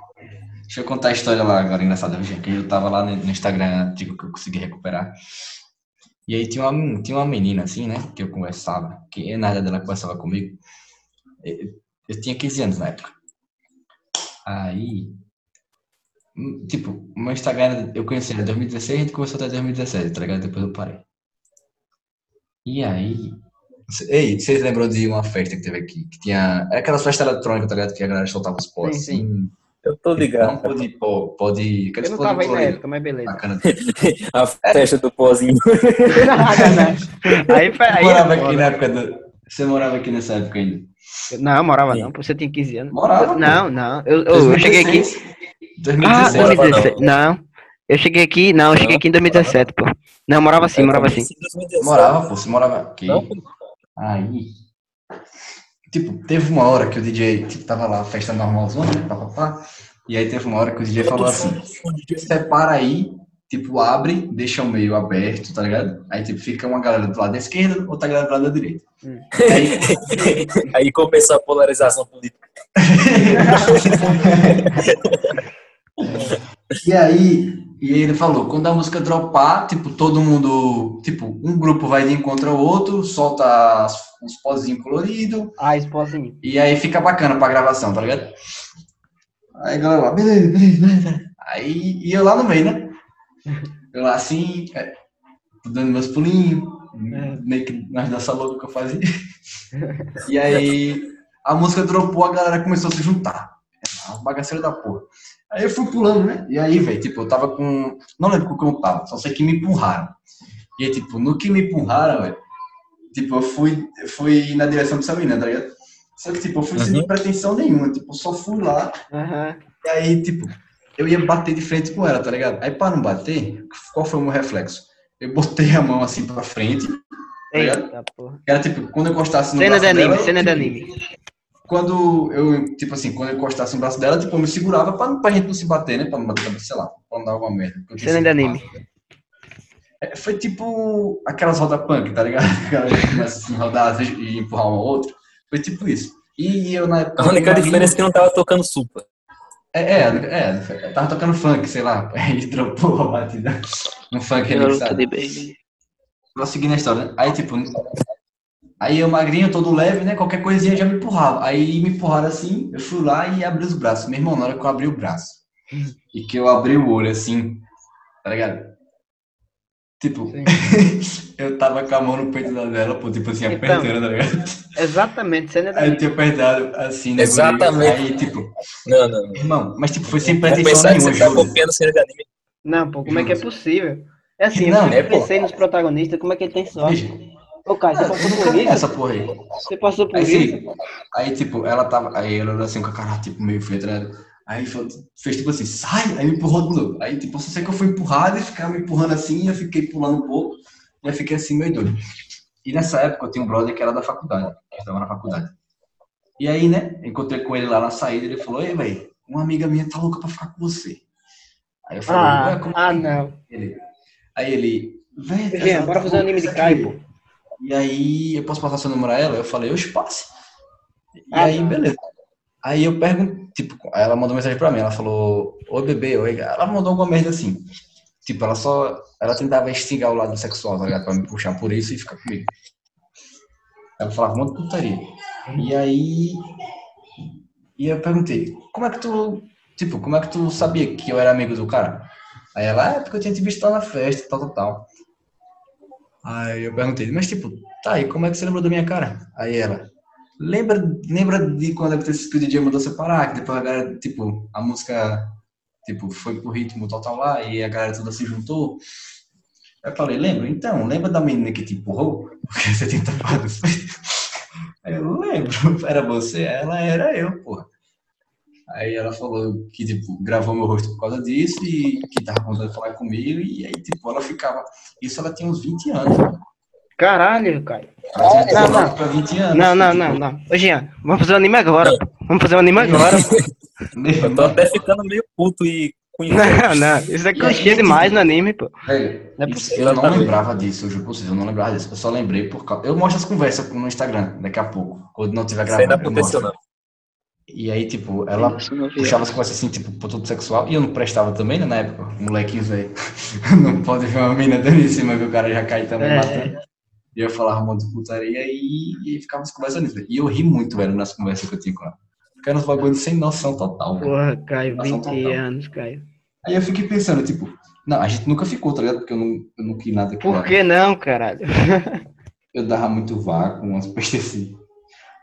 Speaker 3: Deixa eu contar a história lá agora, engraçada, gente, que eu tava lá no no Instagram antigo que eu consegui recuperar. E aí tinha uma, tinha uma menina assim, né, que eu conversava, que na verdade ela conversava comigo. Eu, eu tinha 15 anos na época. Aí, hum, tipo, meu Instagram era- eu conheci ela em 2016, a gente começou até 2017, tá ligado? Depois eu parei. E aí. cê- Ei, vocês lembram de uma festa que teve aqui? Que tinha. Era aquela festa eletrônica, tá ligado? Que a galera soltava os pós.
Speaker 2: Sim, sim.
Speaker 3: assim,
Speaker 4: Eu tô
Speaker 3: não
Speaker 4: ligado.
Speaker 3: pode, pô, pode.
Speaker 2: Eu
Speaker 3: Aqueles
Speaker 2: não
Speaker 3: pode
Speaker 2: tava aí né? na
Speaker 3: colorido.
Speaker 2: época, mas
Speaker 3: [laughs]
Speaker 2: beleza. [laughs]
Speaker 3: Bacana.
Speaker 4: [laughs] A festa do pozinho.
Speaker 2: Aí, foi-
Speaker 3: Você
Speaker 2: Ah, aí,
Speaker 3: morava
Speaker 2: é foda.
Speaker 3: aqui né? na época do. Você morava aqui nessa época ainda?
Speaker 2: Não, eu morava não, pô, você tinha 15 anos.
Speaker 3: Morava? pô.
Speaker 2: Não, não, eu, eu, eu cheguei aqui...
Speaker 3: 2016.
Speaker 2: Ah,
Speaker 3: 2016.
Speaker 2: 2016. Não. Eu cheguei aqui, não, eu cheguei aqui em 2017, pô. Não, eu morava
Speaker 4: Tá
Speaker 2: assim, morava assim.
Speaker 3: Morava, pô, você morava aqui.
Speaker 4: Não?
Speaker 3: Aí. Tipo, teve uma hora que o DJ tipo, tava lá, festa normalzona, né? Pá, pá, pá. E aí teve uma hora que o DJ falou assim: separa aí, tipo, abre, deixa o meio aberto, tá ligado? Aí, tipo, fica uma galera do lado da esquerda, outra galera do lado da direita.
Speaker 4: [laughs]
Speaker 2: Hum.
Speaker 4: Aí começou a polarização política.
Speaker 3: E aí, e ele falou, quando a música dropar, tipo, todo mundo, tipo, um grupo vai de encontro ao outro, solta as- uns pozinhos coloridos,
Speaker 2: Ah, esposinho.
Speaker 3: e aí fica bacana pra gravação, tá ligado? Aí a galera lá, beleza, beleza, beleza. Aí e eu lá no meio, né? Eu lá assim, é, tô dando meus pulinhos, meio que nas danças loucas que eu fazia. E aí a música dropou, a galera começou a se juntar. É uma bagaceira da porra. Aí eu fui pulando, né? E aí, velho, tipo, eu tava com. Não lembro com o que eu tava, só sei que me empurraram. E aí, tipo, no que me empurraram, velho, tipo, eu fui, eu fui na direção dessa menina, tá ligado? Só que, tipo, eu fui
Speaker 5: Uhum.
Speaker 3: sem pretensão nenhuma, tipo, eu só fui lá
Speaker 2: Aham.
Speaker 3: e aí, tipo, eu ia bater de frente com ela, tá ligado? Aí, pra não bater, qual foi o meu reflexo? Eu botei a mão assim pra frente. Tá ligado?
Speaker 11: Eita porra.
Speaker 3: Era tipo, quando eu encostasse no
Speaker 11: Cena
Speaker 3: braço
Speaker 11: de anime,
Speaker 3: dela.
Speaker 11: cena de
Speaker 3: tipo,
Speaker 11: anime.
Speaker 3: Quando eu, tipo assim, quando eu encostasse no braço dela, tipo, eu me segurava pra, pra gente não se bater, né? Pra não bater, sei lá, pra não dar alguma merda. porque eu tinha
Speaker 11: Cena de
Speaker 3: sido
Speaker 11: anime.
Speaker 3: quatro. É, Foi tipo aquelas rodas punk, tá ligado? [laughs] Aquelas que começam assim, a rodar e empurrar uma outra. Foi tipo isso. E eu na época.
Speaker 5: A única
Speaker 3: eu não-
Speaker 5: diferença é que não tava tocando supa.
Speaker 3: É, é, é, tava tocando funk, sei lá. [laughs] Aí dropou a batida. Um funk
Speaker 1: Garota
Speaker 3: remixado.
Speaker 1: de bem. né?
Speaker 3: Vou seguir na história, né? Aí, tipo, aí eu magrinho, todo leve, né? Qualquer coisinha já me empurrava. Aí me empurraram assim, eu fui lá e abri os braços. Meu irmão, na hora que eu abri o braço e que eu abri o olho assim, tá ligado? Tipo,
Speaker 11: Sim.
Speaker 3: [laughs] eu tava com a mão no peito da dela, pô, tipo assim,
Speaker 11: Então.
Speaker 3: apertando, tá ligado?
Speaker 11: Exatamente, cena de
Speaker 3: Aí eu
Speaker 11: anime.
Speaker 3: tinha apertado assim, né?
Speaker 5: Exatamente.
Speaker 3: Aí, tipo,
Speaker 5: Não, não, não.
Speaker 3: irmão, mas tipo, foi sem
Speaker 5: Vou pensar
Speaker 3: pretensão
Speaker 5: que
Speaker 3: nenhuma,
Speaker 5: você tá
Speaker 3: juro.
Speaker 5: copiando cena de anime.
Speaker 11: Não, pô, como é que é possível? É assim, eu
Speaker 3: Não,
Speaker 11: sempre
Speaker 3: né, pô?
Speaker 11: pensei nos protagonistas, como é que ele tem sorte?
Speaker 3: Veja,
Speaker 11: Ô, cara, você
Speaker 3: ah,
Speaker 11: passou
Speaker 3: eu
Speaker 11: por
Speaker 3: nunca vi
Speaker 11: isso?
Speaker 3: essa porra aí.
Speaker 11: Você passou por
Speaker 3: Aí,
Speaker 11: isso?
Speaker 3: sim, aí, tipo, ela tava. Aí ela olhou assim com a cara, tipo, meio feia, tá ligado? Aí falou- fez tipo assim, sai! Aí me empurrou de novo. Aí, tipo, eu só sei que eu fui empurrado e ficava me empurrando assim, e eu fiquei pulando um pouco, e eu fiquei assim, meio doido. E nessa época eu tinha um brother que era da faculdade, que estava na faculdade. E aí, né, encontrei com ele lá na saída, ele falou, ei, velho, uma amiga minha tá louca pra ficar com você. Aí eu falei, ué,
Speaker 11: Ah,
Speaker 3: como
Speaker 11: ah,
Speaker 3: assim?
Speaker 11: não.
Speaker 3: Ele- Aí ele, velho,
Speaker 11: Jean, bora fazer um anime de Kai, pô.
Speaker 3: E aí, eu posso passar seu número a ela? Eu falei, eu passe. E
Speaker 11: Ah,
Speaker 3: aí,
Speaker 11: não.
Speaker 3: beleza. Aí eu pergunto, tipo, aí ela mandou mensagem pra mim, ela falou, oi bebê, oi. Ela mandou alguma merda assim. Tipo, ela só, ela tentava instigar o lado sexual, tá ligado? Pra me puxar por isso e ficar comigo. Ela falava um monte de putaria. E aí, e eu perguntei, como é que tu, tipo, como é que tu sabia que eu era amigo do cara? Aí ela, é porque eu tinha te visto lá na festa, tal, tal, tal. Aí eu perguntei, mas tipo, tá, e como é que você lembrou da minha cara? Aí ela, lembra, lembra de quando é a Cristina DJ mandou separar, que depois a galera, tipo, a música, tipo, foi pro ritmo total lá e a galera toda se juntou? Aí eu falei, lembra? Então, lembra da menina que te empurrou? Porque você tinha tapado. Aí eu lembro, era você, ela era eu, porra. Aí ela falou que, tipo, gravou meu rosto por causa disso e que tava com vontade de falar comigo. E aí, tipo, ela ficava. Isso ela tinha uns 20 anos. né?
Speaker 11: Caralho, cara.
Speaker 3: Ela tinha
Speaker 11: Não, não.
Speaker 3: 19 pra 20 anos.
Speaker 11: Não, não,
Speaker 3: Tipo,
Speaker 11: não, não. Ô, Jean, vamos fazer um anime agora. pô. Vamos fazer um anime
Speaker 3: [laughs]
Speaker 11: agora. pô.
Speaker 3: Meu
Speaker 5: Eu tô até ficando meio puto e com
Speaker 11: Não, não. Isso aqui é cheio demais no anime, pô.
Speaker 3: Velho,
Speaker 11: Não é
Speaker 3: isso-
Speaker 11: possível.
Speaker 3: eu não
Speaker 5: Exatamente.
Speaker 3: lembrava disso, eu juro pra vocês, eu não lembrava disso. Eu só lembrei por causa. Eu mostro as conversas no Instagram daqui a pouco, quando não tiver
Speaker 5: Isso aí
Speaker 3: gravando.
Speaker 5: não é
Speaker 3: eu
Speaker 5: aconteceu,
Speaker 3: mostro.
Speaker 5: não.
Speaker 3: E aí, tipo, ela puxava as conversas assim, tipo, pro todo sexual. E eu não prestava também, né, na época. Molequinho, velho. [laughs] Não pode ver uma mina dando em cima que o cara já cai também
Speaker 11: É.
Speaker 3: matando. E eu falava um monte de putaria e, e ficava as conversas nisso. velho. E eu ri muito, velho, nas conversas que eu tinha com ela. Porque era uns bagulho sem noção total, velho.
Speaker 11: Porra, Caio,
Speaker 3: Nossa,
Speaker 11: 20
Speaker 3: um total.
Speaker 11: anos, Caio.
Speaker 3: Aí eu fiquei pensando, tipo, não, a gente nunca ficou, tá ligado? Porque eu não, eu não quis nada com
Speaker 11: Por
Speaker 3: ela.
Speaker 11: que não, caralho?
Speaker 3: Eu dava muito vácuo, umas pestes assim.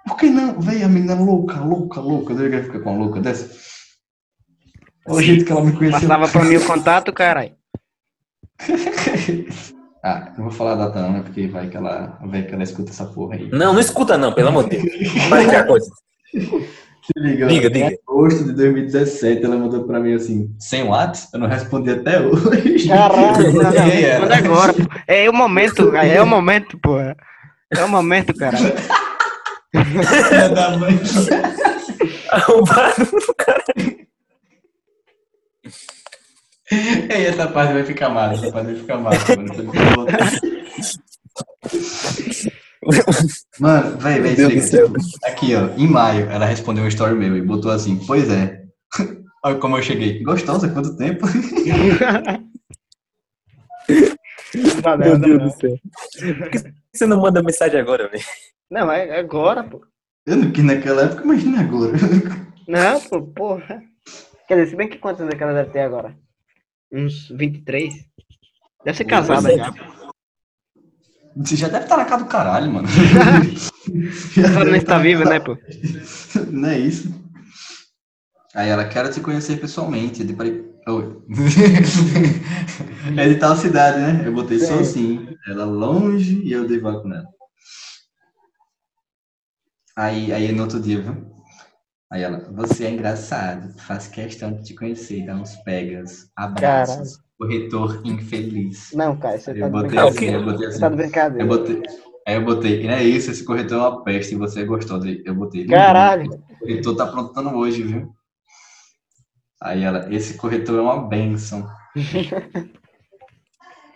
Speaker 3: Por que não? Véi, a menina louca, louca, louca. Eu queria ficar com uma louca dessa. O jeito que ela me conheceu.
Speaker 11: Passava pra mim o contato, caralho.
Speaker 3: Ah, não vou falar da Tana, porque vai que ela, vai que ela escuta essa porra aí.
Speaker 5: Não, não escuta não, pelo amor de Deus. Para de a coisa.
Speaker 3: Se liga,
Speaker 5: Diga,
Speaker 4: [laughs]
Speaker 3: em
Speaker 5: diga.
Speaker 3: agosto de 2017, ela mandou pra mim assim, sem WhatsApp? Eu não respondi até hoje.
Speaker 2: Ah.
Speaker 11: Caralho, não, não.
Speaker 3: Quem era?
Speaker 11: Manda agora, pô. É o
Speaker 12: [laughs]
Speaker 11: momento, Caio. É o momento, pô. É o momento, caralho.
Speaker 3: [laughs] Filha da mãe.
Speaker 5: Arrombado.
Speaker 3: Ei, essa parte vai ficar massa, essa parte vai ficar massa, mano. Então, eu vou botar. Mano, véi, véi,
Speaker 5: Meu Deus
Speaker 3: se liga, tipo, aqui ó, em maio ela respondeu um story meu e botou assim, pois é. [laughs] Olha como eu cheguei. Gostosa, quanto tempo. [laughs]
Speaker 13: Não dá não,
Speaker 14: Meu
Speaker 13: dá
Speaker 14: Deus
Speaker 13: não.
Speaker 14: do céu.
Speaker 4: Você não manda mensagem agora, velho.
Speaker 13: Não, é agora, pô.
Speaker 3: Eu não quis naquela época, imagina agora. [laughs]
Speaker 13: Não, pô, porra.
Speaker 12: Quer dizer, se bem que quantos anos é que ela deve ter agora?
Speaker 2: Uns 23. Deve ser
Speaker 4: Pois
Speaker 2: casada
Speaker 4: é.
Speaker 2: já.
Speaker 3: Você já deve estar na casa do caralho, mano. [laughs]
Speaker 2: Ela não está viva, né, pô?
Speaker 3: [laughs] Não é isso? Aí ela, quero te conhecer pessoalmente. Eu falei, oi. [laughs] é de tal cidade, né? Eu botei só assim. Ela longe e eu dei bola com ela. Aí, aí no outro dia, viu? Aí ela, você é engraçado, faz questão de te conhecer, dá uns pegas, abraços, corretor infeliz.
Speaker 12: Não, cara, você tá
Speaker 3: Eu
Speaker 12: de
Speaker 3: botei
Speaker 12: brincadeira.
Speaker 3: assim, eu
Speaker 12: Você
Speaker 3: botei assim.
Speaker 12: tá de brincadeira.
Speaker 3: Eu botei. Aí eu botei, é isso, esse corretor é uma peste, você gostou dele. Eu botei. "Uhum."
Speaker 12: Caralho.
Speaker 3: O corretor tá aprontando hoje, viu? Aí ela, esse corretor é uma benção.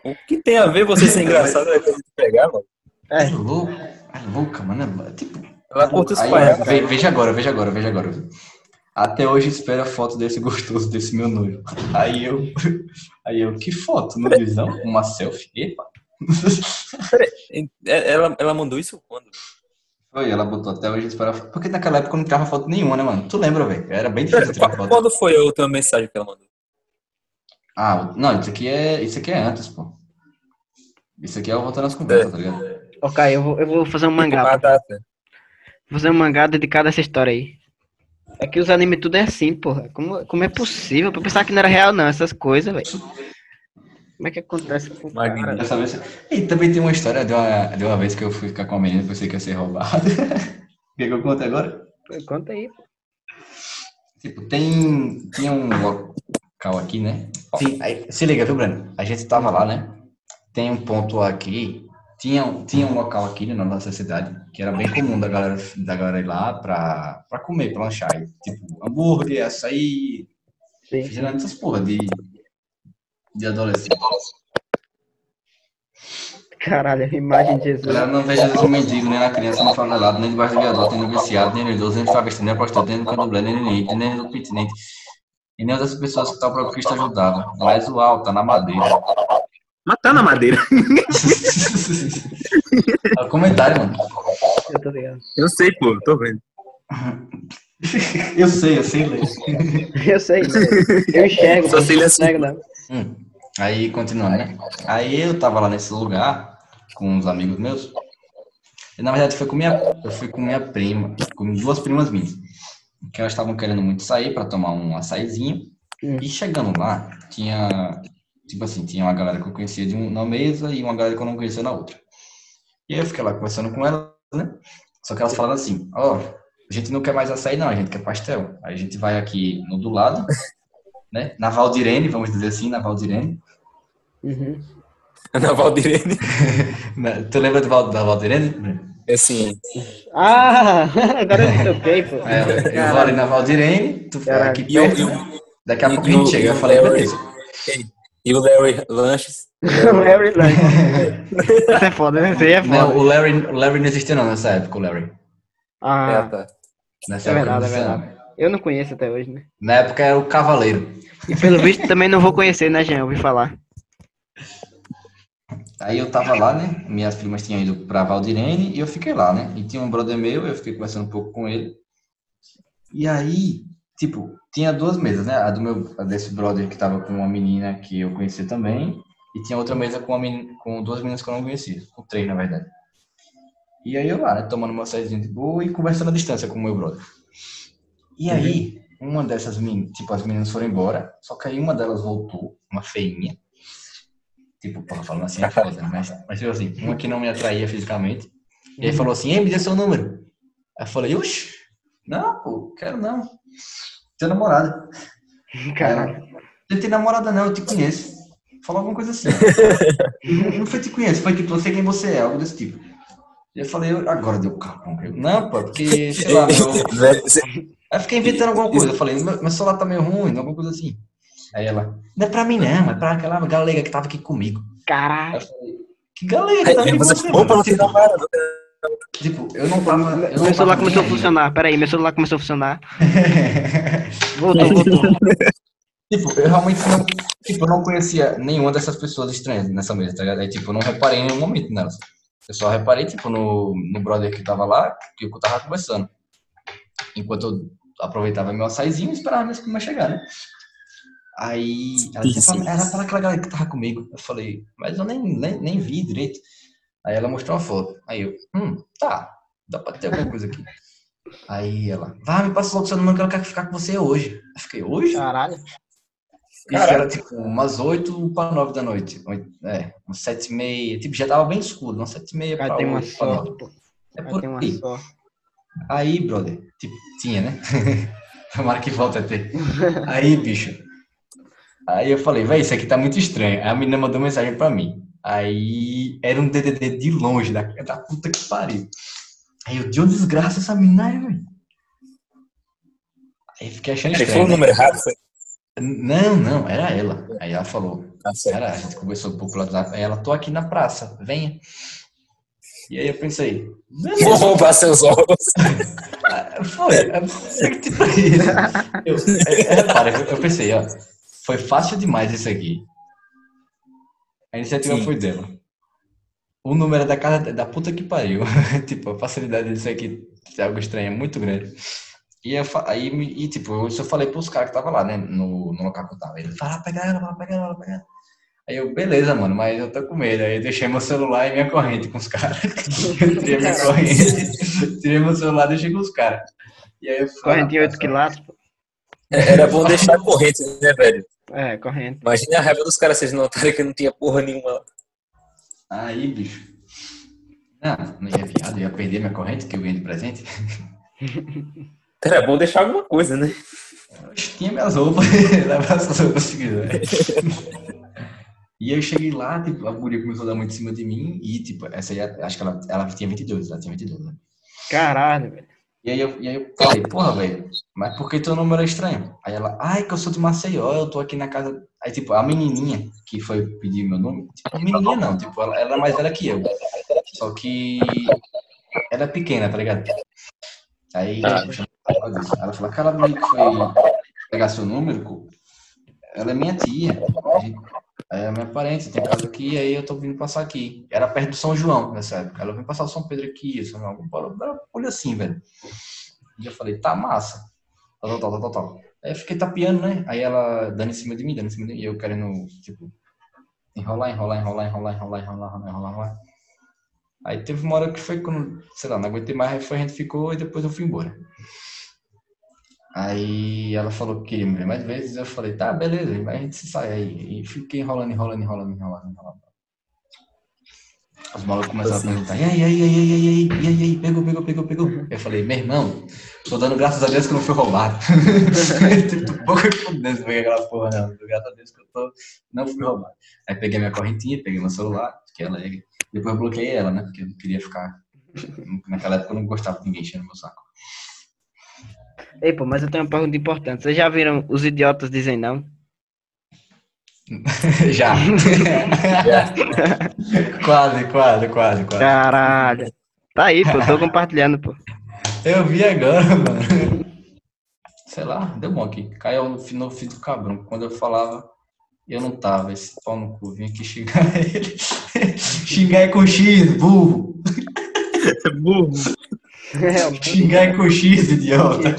Speaker 4: O que tem a ver você ser engraçado é coisa de pegar, mano?
Speaker 3: É louco, é louca, mano. É, tipo,
Speaker 4: Ela curta os
Speaker 3: Aí,
Speaker 4: paiados.
Speaker 3: ve- veja agora, veja agora, veja agora. Até hoje espera a foto desse gostoso, desse meu noivo. Aí eu, [laughs] aí eu, que foto? Não diz não? Uma selfie? Epa.
Speaker 4: Ela, ela mandou isso quando?
Speaker 3: Foi, ela botou até hoje espera a foto. Porque naquela época eu não tirava foto nenhuma, né, mano? Tu lembra, velho? Era bem difícil tirar foto.
Speaker 4: [laughs] Quando foi a última mensagem que ela mandou?
Speaker 3: Ah, não, isso aqui é, isso aqui é antes, pô. Isso aqui é o voltando às conversas, tá ligado?
Speaker 2: Ok, eu vou, eu vou fazer um mangá.
Speaker 4: Ah, tá, tá.
Speaker 2: Vou fazer um mangá dedicado a essa história aí. É que os animes tudo é assim, porra. Como, como é possível? Eu pensava que não era real, não, essas coisas, velho. Como é que acontece com o cara?
Speaker 4: Magnífico.
Speaker 3: Dessa vez- E também tem uma história de uma, de uma vez que eu fui ficar com uma menina e pensei que ia ser roubado. [laughs] Quer que eu conte agora?
Speaker 2: Conta aí.
Speaker 3: Tipo, tem, tinha um local aqui, né? Sim, aí, se liga, viu, Breno? A gente tava lá, né? Tem um ponto aqui, tinha, um- tinha um local aqui na nossa cidade que era bem comum da galera, da galera ir lá pra, pra comer, pra lanchar. aí, Tipo, hambúrguer, açaí,
Speaker 2: Sim.
Speaker 3: Geralmente essas porra de, de adolescente.
Speaker 2: Caralho, a imagem de
Speaker 3: A
Speaker 2: Jesus.
Speaker 3: galera não veja Jesus como mendigo, nem na criança, nem no favelado, nem debaixo do viaduto, nem no viciado, nem no idoso, nem no travesti, nem no prostituto, nem no candomblé, nem no lente, nem no pitinente. E nem das pessoas que tal próprio Cristo ajudava. Mas o alto, tá na madeira.
Speaker 13: Matando a madeira.
Speaker 3: [laughs] É o comentário, mano.
Speaker 2: Eu tô ligado.
Speaker 4: Eu sei, pô, eu tô [laughs] vendo.
Speaker 3: Eu sei, eu sei ler.
Speaker 2: Eu sei,
Speaker 4: [laughs]
Speaker 2: velho. eu enxergo.
Speaker 4: Só
Speaker 2: pô,
Speaker 4: sei ele
Speaker 2: eu
Speaker 4: assim.
Speaker 2: enxergo, não.
Speaker 3: Hum. Aí, continuando, né? Aí eu tava lá nesse lugar com uns amigos meus. E, na verdade, foi com minha, eu fui com minha prima, com duas primas minhas. Que elas estavam querendo muito sair pra tomar um açaizinho.
Speaker 2: Hum.
Speaker 3: E chegando lá, tinha, tipo assim, tinha uma galera que eu conhecia de um- uma mesa e uma galera que eu não conhecia na outra. E aí eu fiquei lá conversando com elas, né? Só que elas falando assim: ó, a gente não quer mais açaí, não, a gente quer pastel. Aí a gente vai aqui no do lado né? Na Valdirene, vamos dizer assim, na Valdirene.
Speaker 2: Uhum.
Speaker 4: Ana Valdirene.
Speaker 3: Na- Tu lembra do Val, da Valdirene?
Speaker 4: É assim,
Speaker 2: Ah, [laughs] agora eu me toquei, pô.
Speaker 3: É, eu vou ali na Valdirene, tu fica
Speaker 2: Caralho.
Speaker 3: aqui
Speaker 4: E eu-
Speaker 3: perto. né? Daqui a
Speaker 4: e
Speaker 3: pouco a gente
Speaker 4: no-
Speaker 3: chega. Eu
Speaker 4: no
Speaker 3: falei,
Speaker 4: Larry-
Speaker 3: beleza.
Speaker 4: e o Larry Lanches.
Speaker 2: Larry é
Speaker 4: [laughs]
Speaker 2: Isso é foda, né? Isso aí é foda.
Speaker 3: Não, o Larry, o Larry não existia não nessa época, o Larry.
Speaker 2: Ah,
Speaker 4: É, tá.
Speaker 3: Nessa
Speaker 2: É
Speaker 3: época não
Speaker 2: verdade, é
Speaker 3: existia, não.
Speaker 2: eu não conheço até hoje, né?
Speaker 3: Na época era o Cavaleiro.
Speaker 2: E pelo visto também não vou conhecer, né, Jean? Eu ouvi falar. [laughs]
Speaker 3: Aí eu tava lá, né? Minhas primas tinham ido pra Valdirene e eu fiquei lá, né? E tinha um brother meu, eu fiquei conversando um pouco com ele. E aí, tipo, tinha duas mesas, né? A do meu, a desse brother que tava com uma menina que eu conhecia também. E tinha outra mesa com, uma meni- com duas meninas que eu não conhecia. Com três, na verdade. E aí eu lá, né? Tomando uma saidinha de boa e conversando à distância com o meu brother. E aí, uma dessas meninas, tipo, as meninas foram embora. Só que aí uma delas voltou, uma feinha. Tipo, porra, falando assim é foda, né? mas, mas tipo assim, uma que não me atraía fisicamente. E aí falou assim, ei, me dê seu número. Aí eu falei, oxe, não, pô, quero não. Teu namorado.
Speaker 2: Caralho.
Speaker 3: Não tem namorada não, eu te conheço. Falou alguma coisa assim. não foi te conheço, foi tipo, eu sei quem você é, algo desse tipo. E eu falei, eu- agora deu carro. Eu, Não, pô, porque, sei lá, meu, Aí eu fiquei inventando alguma coisa. Eu falei, meu meu celular tá meio ruim, alguma coisa assim. Aí ela, não é pra mim não, é pra aquela galega que tava aqui comigo.
Speaker 4: É.
Speaker 2: Caralho.
Speaker 3: Que galega, tá
Speaker 4: Aí
Speaker 3: aqui
Speaker 4: você
Speaker 3: com
Speaker 4: opa, não tem
Speaker 3: tipo,
Speaker 4: namorado.
Speaker 3: tipo, eu não tava. eu não
Speaker 2: Meu celular começou a
Speaker 3: tava nem aí, né?
Speaker 2: funcionar, peraí, meu celular começou a funcionar.
Speaker 11: Voltou, voltou.
Speaker 3: Tipo, eu realmente não, tipo, eu não conhecia nenhuma dessas pessoas estranhas nessa mesa, tá ligado? Aí, tipo, eu não reparei em nenhum momento nelas. Eu só reparei, tipo, no, no brother que tava lá, que eu tava conversando. Enquanto eu aproveitava meu açaizinho e esperava minhas primas chegar, né? Aí, ela,
Speaker 4: Sim,
Speaker 3: disse,
Speaker 4: sim.
Speaker 3: "Fala- era para aquela galera que tava comigo. Eu falei, mas eu nem, nem, nem vi direito. Aí ela mostrou uma foto. Aí eu, hum, tá, dá pra ter alguma coisa aqui. Aí ela, vá, me passa logo seu número que eu quero ficar com você hoje. Eu fiquei, hoje?
Speaker 15: Caralho.
Speaker 3: Isso era tipo umas 8 para 9 da noite. Oito- É, umas 7 e meia. Tipo, já tava bem escuro, umas 7 e meia
Speaker 11: Cara,
Speaker 3: para
Speaker 11: tem uma
Speaker 3: 8 para 9.
Speaker 11: sorte, pô.
Speaker 3: É
Speaker 15: Vai
Speaker 3: por
Speaker 15: ter uma
Speaker 3: aí.
Speaker 15: só.
Speaker 3: Aí, brother, tipo, tinha, né? [laughs] Tomara que volta a ter. Aí, bicho. Aí eu falei, véi, isso aqui tá muito estranho. Aí a menina mandou mensagem pra mim. Aí era um DDD de longe, da, da puta que pariu. Aí eu, deu desgraça essa menina aí, velho. Aí fiquei achando
Speaker 4: Ele foi
Speaker 3: estranho.
Speaker 4: o
Speaker 3: né?
Speaker 4: número errado, foi?
Speaker 3: Não, não, era ela. Aí ela falou,
Speaker 4: Ah, sério.
Speaker 3: Cara, a gente conversou um pouco lá do lado. Aí ela, tô aqui na praça, venha. E aí eu pensei,
Speaker 4: [laughs]
Speaker 3: é
Speaker 4: Vou roubar seus ovos.
Speaker 3: "Ah, foi. Eu, tipo, eu, é, repara, eu, eu pensei, ó, foi fácil demais isso aqui. A iniciativa
Speaker 4: Sim.
Speaker 3: foi dela. O número é da casa da puta que pariu. [laughs] tipo, a facilidade disso aqui é algo estranho, é muito grande. E, eu, fa- aí, me- e tipo, eu só falei pros caras que tava lá, né, no, no local que eu tava. Ele fala, pega ela, vai, pega ela, pega ela. Aí eu, beleza, mano, mas eu tô com medo. Aí eu deixei meu celular e minha corrente com os caras. [laughs] Eu tirei minha corrente, tirei meu celular e deixei com os caras. E aí eu fui lá na
Speaker 11: Corrente de 8
Speaker 3: praça.
Speaker 11: quilates, pô.
Speaker 4: Era bom deixar a corrente, né, velho?
Speaker 11: É, corrente.
Speaker 4: Imagina a raiva dos caras, vocês notaram que não tinha porra nenhuma.
Speaker 3: Aí, bicho. Ah, Não, não ia viado, eu ia perder minha corrente que eu ganhei de presente.
Speaker 4: Era bom deixar alguma coisa, né?
Speaker 3: Tinha minhas roupas, [laughs] leva as roupas se quiser. E eu cheguei lá, tipo, a guria começou a dar muito em cima de mim e, tipo, essa aí, acho que ela, ela tinha 22, ela tinha 22, né?
Speaker 11: Caralho, velho.
Speaker 3: E aí eu, e aí eu falei, porra, velho, mas por que teu número é estranho? Aí ela, ai, que eu sou de Maceió, eu tô aqui na casa. Aí, tipo, a menininha que foi pedir meu nome, tipo, menininha não, tipo, ela, ela é mais velha que eu. Só que ela é pequena, tá ligado? Aí
Speaker 4: Tá.
Speaker 3: eu chamei ela disso. ela falou, aquela menina que foi pegar seu número, co, ela é minha tia. A gente- Ela é minha parente, tem casa aqui, aí eu tô vindo passar aqui. Era perto do São João nessa época. Ela vem passar o São Pedro aqui, São João, bora, bora, olha assim, velho. E eu falei, tá massa. Tal, tal, tal, tal, tal. Aí eu fiquei tapeando, né? Aí ela dando em cima de mim, dando em cima de mim. E eu querendo, tipo, enrolar, enrolar, enrolar, enrolar, enrolar, enrolar, enrolar, enrolar. enrolar. Aí teve uma hora que foi quando, sei lá, não aguentei mais, aí foi, a gente ficou e depois eu fui embora. Aí ela falou que queria me ver mais vezes, eu falei, tá, beleza, aí a gente se sai aí. E fiquei enrolando, enrolando, enrolando, enrolando, enrolando. Os malucos começaram a perguntar, e aí, e aí, e aí, e aí, e aí, e aí, pegou, pegou, pegou, pegou. Eu falei, meu irmão, Tô dando graças a Deus que eu não fui roubado. [laughs] tipo, pouco que fudesse peguei aquela porra, não. Dou Graças a Deus que eu tô... não fui roubado. Aí peguei minha correntinha, peguei meu celular, que ela é... Depois eu bloqueei ela, né? Porque eu não queria ficar. [laughs] Naquela época eu não gostava de ninguém enchendo meu saco.
Speaker 11: Ei, pô, mas eu tenho uma pergunta importante. Vocês já viram os idiotas dizem não?
Speaker 3: Já. [laughs] quase, quase, quase, quase.
Speaker 11: Caralho. Tá aí, pô, [laughs] tô compartilhando, pô.
Speaker 3: Eu vi agora, [laughs] mano. Sei lá, deu bom aqui. Caiu no, fi- no fio do cabrão. Quando eu falava, eu não tava. Esse pau no cu, vim aqui xingar [laughs] ele. xingar é com X, burro. Xingar é com X, idiota.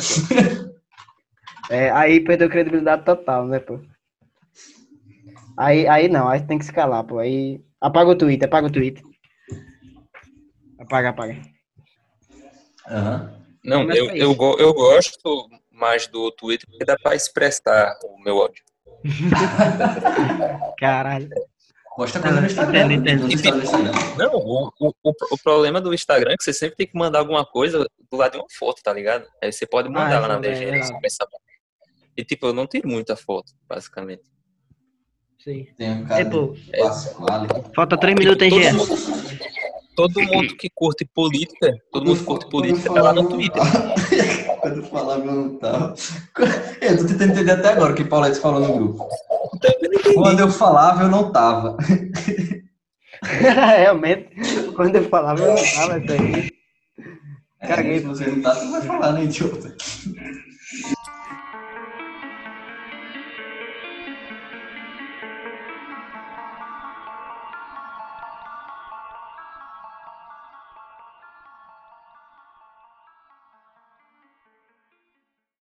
Speaker 15: É, aí perdeu credibilidade total, né, pô? Aí, aí não, aí tem que se calar, pô. Aí. Apaga o Twitter, apaga o Twitter. Apaga, apaga.
Speaker 3: Aham.
Speaker 4: Não,
Speaker 11: Começa
Speaker 4: eu,
Speaker 11: aí.
Speaker 4: eu, go- eu gosto mais do Twitter porque dá pra expressar o meu ódio.
Speaker 11: Caralho.
Speaker 3: Gosta coisa no Instagram.
Speaker 11: Entendi,
Speaker 3: né?
Speaker 11: entendi.
Speaker 3: Nos stories do Instagram.
Speaker 4: Não, o, o, o, o problema do Instagram é que você sempre tem que mandar alguma coisa do lado de uma foto, tá ligado? Aí você pode mandar
Speaker 15: Ah,
Speaker 4: lá na
Speaker 15: isso é
Speaker 4: DG.
Speaker 15: verdade.
Speaker 4: você pensa, E tipo, eu não tenho muita foto, basicamente.
Speaker 11: Sim.
Speaker 3: Tem um cara
Speaker 11: Ei, É,
Speaker 2: tipo,
Speaker 11: pô,
Speaker 4: É
Speaker 3: que passa lá, ele-
Speaker 11: falta 3 minutos, hein,
Speaker 4: todo,
Speaker 11: Gê?
Speaker 4: mundo, todo mundo que curte política, todo mundo que curte política tá lá no Twitter.
Speaker 3: [laughs] Quando eu falava, eu não tava. [laughs] Eu tô tentando entender até agora o que Paulette falou no grupo. Quando eu falava, eu não tava.
Speaker 15: [laughs] Realmente, quando eu falava, eu não tava isso aí.
Speaker 3: É,
Speaker 15: Caguei.
Speaker 3: se você não tá, tu vai falar, né, idiota?